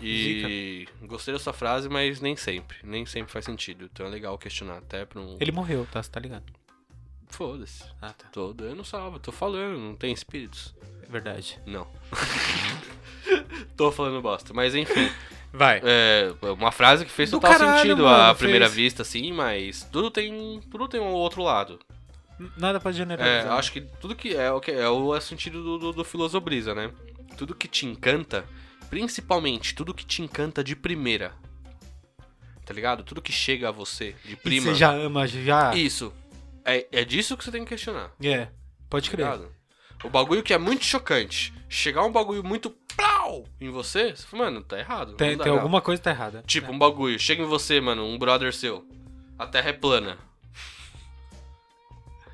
S1: E gostei dessa frase, mas nem sempre. Nem sempre faz sentido. Então é legal questionar até pra um.
S2: Ele morreu, tá? Você tá ligado?
S1: Foda-se.
S2: Ah, tá.
S1: Tô dando salva, tô falando, não tem espíritos.
S2: Verdade.
S1: Não. tô falando bosta. Mas enfim,
S2: Vai.
S1: é uma frase que fez
S2: Do
S1: total
S2: caralho,
S1: sentido à
S2: mano,
S1: primeira
S2: fez.
S1: vista, assim, mas tudo tem. Tudo tem um outro lado.
S2: Nada pra
S1: É,
S2: generalizar.
S1: eu acho que tudo que é o que é o é o sentido do, do, do filosobrisa, né? Tudo que te encanta, principalmente tudo que te encanta de primeira. Tá ligado? Tudo que chega a você de
S2: E
S1: prima.
S2: Você já ama, já.
S1: Isso. É, é disso que você tem que questionar. tá
S2: É, pode crer.
S1: ligado? O bagulho que é muito chocante. Chegar um bagulho muito plau em você, você fala, mano, tá errado. não
S2: Tem,
S1: dá,
S2: tem
S1: não."
S2: alguma coisa que tá errada.
S1: Tipo, um bagulho. Chega em você, mano, um brother seu. A terra é plana.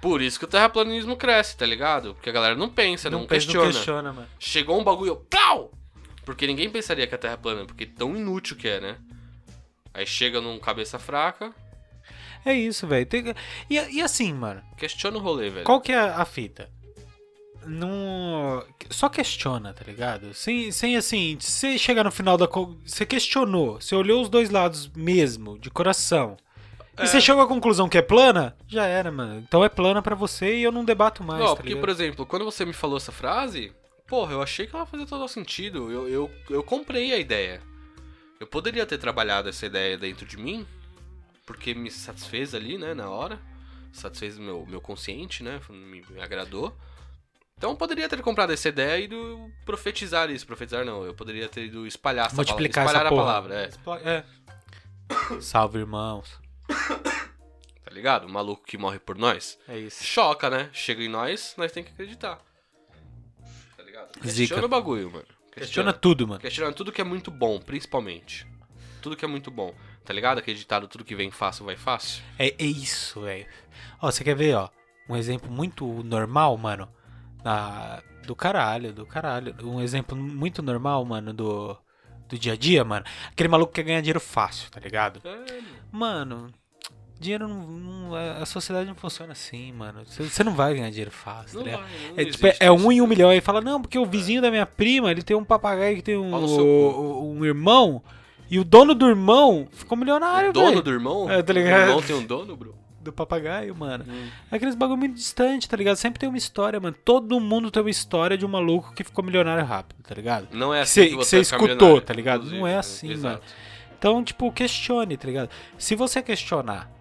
S1: Por isso que o terraplanismo cresce, tá ligado? Porque a galera não pensa, não,
S2: pensa,
S1: questiona.
S2: Não questiona, mano.
S1: Chegou um bagulho, plau! Porque ninguém pensaria que a terra é plana, porque tão inútil que é, né? Aí chega num cabeça fraca,
S2: É isso, velho. Tem- E, e assim, mano,
S1: questiona o rolê, velho.
S2: qual que é a fita? Não. Só questiona, tá ligado? Sem, sem assim, você chegar no final da. co- Você questionou, você olhou os dois lados mesmo, de coração. E você chegou à conclusão que é plana? Já era, mano. Então é plana pra você e eu não debato mais,
S1: Não,
S2: tá
S1: porque,
S2: ligado?
S1: por exemplo, quando você me falou essa frase, porra, eu achei que ela fazia todo sentido. Eu, eu, eu comprei a ideia. Eu poderia ter trabalhado essa ideia dentro de mim, porque me satisfez ali, né, na hora. Satisfez o meu, meu consciente, né? Me, me agradou. Então eu poderia ter comprado essa ideia e do, profetizar isso. Profetizar não, eu poderia ter ido espalhar essa
S2: Multiplicar
S1: palavra. Espalhar
S2: essa
S1: a
S2: porra.
S1: palavra, é.
S2: Explo- é. *coughs* Salve, irmãos.
S1: Tá ligado? O maluco que morre por nós.
S2: É isso.
S1: choca, né? Chega em nós, nós tem que acreditar. Tá ligado? Questiona
S2: Zica.
S1: o bagulho, mano.
S2: Questiona tudo, mano.
S1: Questiona tudo que é muito bom, principalmente. Tudo que é muito bom. Tá ligado? Acreditado, tudo que vem fácil vai fácil.
S2: É, é isso, velho. Ó, você quer ver, ó? Um exemplo muito normal, mano. Na- do caralho, do caralho. Um exemplo muito normal, mano, do, do dia a dia, mano. Aquele maluco que quer ganhar dinheiro fácil, tá ligado?
S1: É,
S2: Mano, dinheiro não. não- a a sociedade não funciona assim, mano. Você você não vai ganhar dinheiro fácil,
S1: Não
S2: tá ligado?
S1: vai, não
S2: É, tipo, é-
S1: existe
S2: é
S1: isso. né?
S2: um em um milhão. Aí fala, não, porque o vizinho da minha prima, ele tem um papagaio que tem um,
S1: Fala no seu cu.
S2: um- um irmão. E o dono do irmão ficou milionário,
S1: O dono
S2: velho.
S1: do irmão?
S2: É, tá ligado?
S1: O irmão tem um dono, bro?
S2: do papagaio, mano. Aqueles bagulho muito distante, tá ligado? Sempre tem uma história, mano. Todo mundo tem uma história de um maluco que ficou milionário rápido, tá ligado?
S1: Não é
S2: Que
S1: assim
S2: cê-
S1: que
S2: que
S1: você
S2: cê
S1: vai ficar
S2: escutou,
S1: milionário,
S2: tá ligado?
S1: inclusive.
S2: Não é assim,
S1: Exato.
S2: Então, tipo, questione, tá ligado? Se você questionar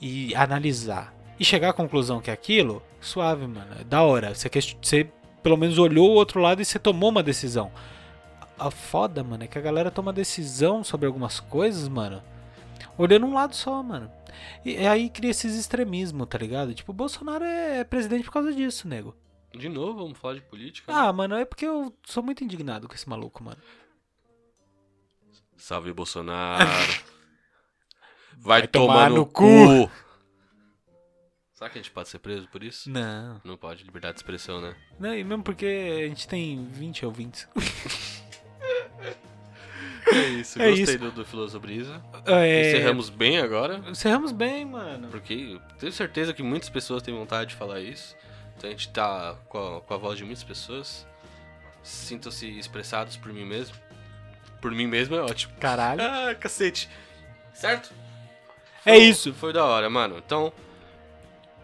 S2: e analisar e chegar à conclusão que é aquilo, suave, mano. É da hora. Você, ques- você pelo menos olhou o outro lado e você tomou uma decisão. A- A foda, mano, é que a galera toma decisão sobre algumas coisas, mano, olhando um lado só, mano. E e aí cria esses extremismos, tá ligado? Tipo, o Bolsonaro é presidente por causa disso, nego.
S1: De novo, vamos falar de política?
S2: Ah, mano, é porque eu sou muito indignado com esse maluco, mano.
S1: Salve,
S2: *laughs*
S1: Bolsonaro. Vai,
S2: Vai
S1: tomar,
S2: tomar
S1: no,
S2: no
S1: cu. Será que a gente pode ser preso por isso?
S2: Não.
S1: Não pode, liberdade de expressão, né?
S2: Não, e mesmo porque a gente tem 20 ouvintes.
S1: É isso,
S2: É
S1: gostei
S2: isso.
S1: do, do Filosobrisa.
S2: É,
S1: Encerramos bem agora,
S2: encerramos bem, mano.
S1: porque eu tenho certeza que muitas pessoas têm vontade de falar isso. Então a gente tá com a, com a voz de muitas pessoas. Sintam-se expressados por mim mesmo. Por mim mesmo é ótimo.
S2: Caralho.
S1: Ah, cacete. Certo?
S2: É isso.
S1: Foi da hora, mano. Então,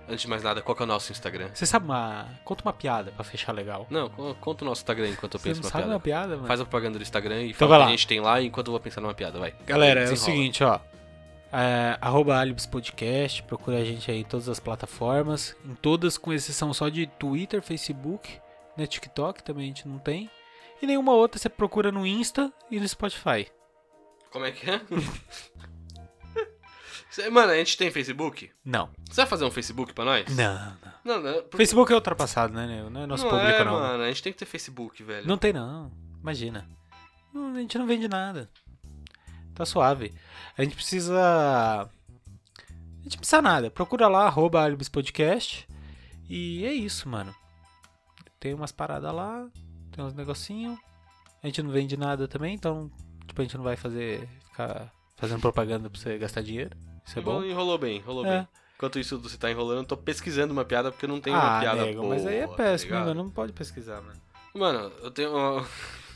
S1: antes de mais nada, qual que é o nosso Instagram?
S2: Você sabe uma. Conta uma piada pra fechar legal.
S1: Não, co- conta o nosso Instagram enquanto eu
S2: Você
S1: penso
S2: não
S1: numa
S2: sabe
S1: piada.
S2: uma piada, mano?
S1: Faz a propaganda do Instagram e fala
S2: Então
S1: o
S2: vai
S1: que a
S2: lá.
S1: gente tem lá enquanto eu vou pensar numa piada, vai.
S2: Galera, é o
S1: um Desenrola.
S2: seguinte, ó. É, arroba Alibs Podcast, procura a gente aí em todas as plataformas, em todas, com exceção só de Twitter, Facebook, né, TikTok também a gente não tem, e nenhuma outra você procura no Insta e no Spotify.
S1: Como é que é? *laughs* Cê- Mano, a gente tem Facebook?
S2: Não,
S1: Você vai fazer um Facebook pra nós?
S2: não, não.
S1: Não, não. por-
S2: Facebook é ultrapassado, né, nego? Não é nosso
S1: não
S2: público,
S1: é,
S2: não.
S1: mano. A gente tem que ter Facebook, velho.
S2: Não tem, não. Imagina. Não, a gente não vende nada. Tá suave. A gente precisa. A gente precisa nada. Procura lá, arroba Alibis Podcast. E é isso, mano. Tem umas paradas lá, tem uns negocinhos. A gente não vende nada também, então tipo, a gente não vai fazer. ficar fazendo propaganda pra você gastar dinheiro. Isso é bom.
S1: Enrolou bem, enrolou
S2: É.
S1: bem. Enquanto isso você tá enrolando, eu tô pesquisando uma piada porque não tem
S2: ah,
S1: uma piada
S2: nego,
S1: boa.
S2: mas aí é
S1: tá
S2: péssimo,
S1: ligado?
S2: mano. Não pode pesquisar, mano.
S1: Mano, eu tenho. uma-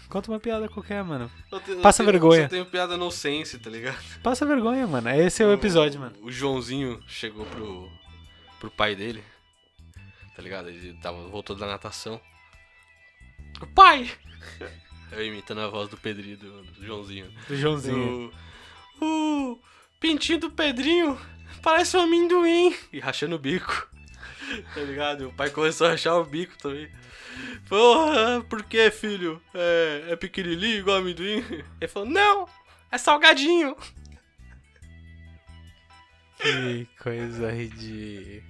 S2: Conta uma piada qualquer, mano.
S1: eu tenho- eu
S2: Passa
S1: tenho-
S2: vergonha.
S1: Eu tenho piada no sense, tá ligado?
S2: Passa vergonha, mano. Esse é o episódio, mano.
S1: O Joãozinho chegou pro, pro pai dele, tá ligado? Ele tava, voltou da natação. O pai! Eu imitando a voz do Pedrinho, do, do Joãozinho.
S2: Do Joãozinho.
S1: O, o pintinho do Pedrinho parece um amendoim. E rachando o bico, tá ligado? O pai começou a rachar o bico também. Porra, por que, filho? É, é pequenininho igual amendoim? Ele falou, não, é salgadinho.
S2: Que coisa ridícula.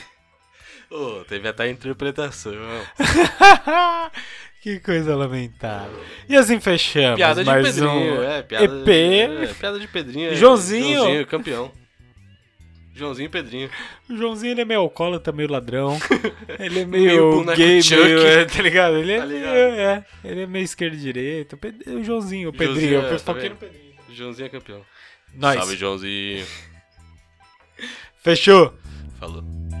S1: *laughs* Ô, teve até interpretação.
S2: É, que coisa lamentável. E assim fechamos.
S1: Piada de
S2: mais
S1: Pedrinho,
S2: um...
S1: é, piada
S2: EP.
S1: de. É, piada de Pedrinho. é,
S2: Joãozinho.
S1: Joãozinho, campeão. Joãozinho e Pedrinho.
S2: O Joãozinho ele é meio alcoólatra,
S1: *laughs*
S2: meio ladrão. Ele é
S1: Meio
S2: meio,
S1: boneco
S2: gay,
S1: Chuck.
S2: meio, é, tá ligado? Ele é,
S1: Tá ligado?
S2: meio- é, ele é meio esquerdo e direito. O Ped- O Joãozinho, o Pedrinho.
S1: é,
S2: eu
S1: tá
S2: foquei no
S1: vendo?
S2: Pedrinho.
S1: Joãozinho é campeão.
S2: Nós.
S1: Salve, Joãozinho.
S2: Fechou.
S1: Falou.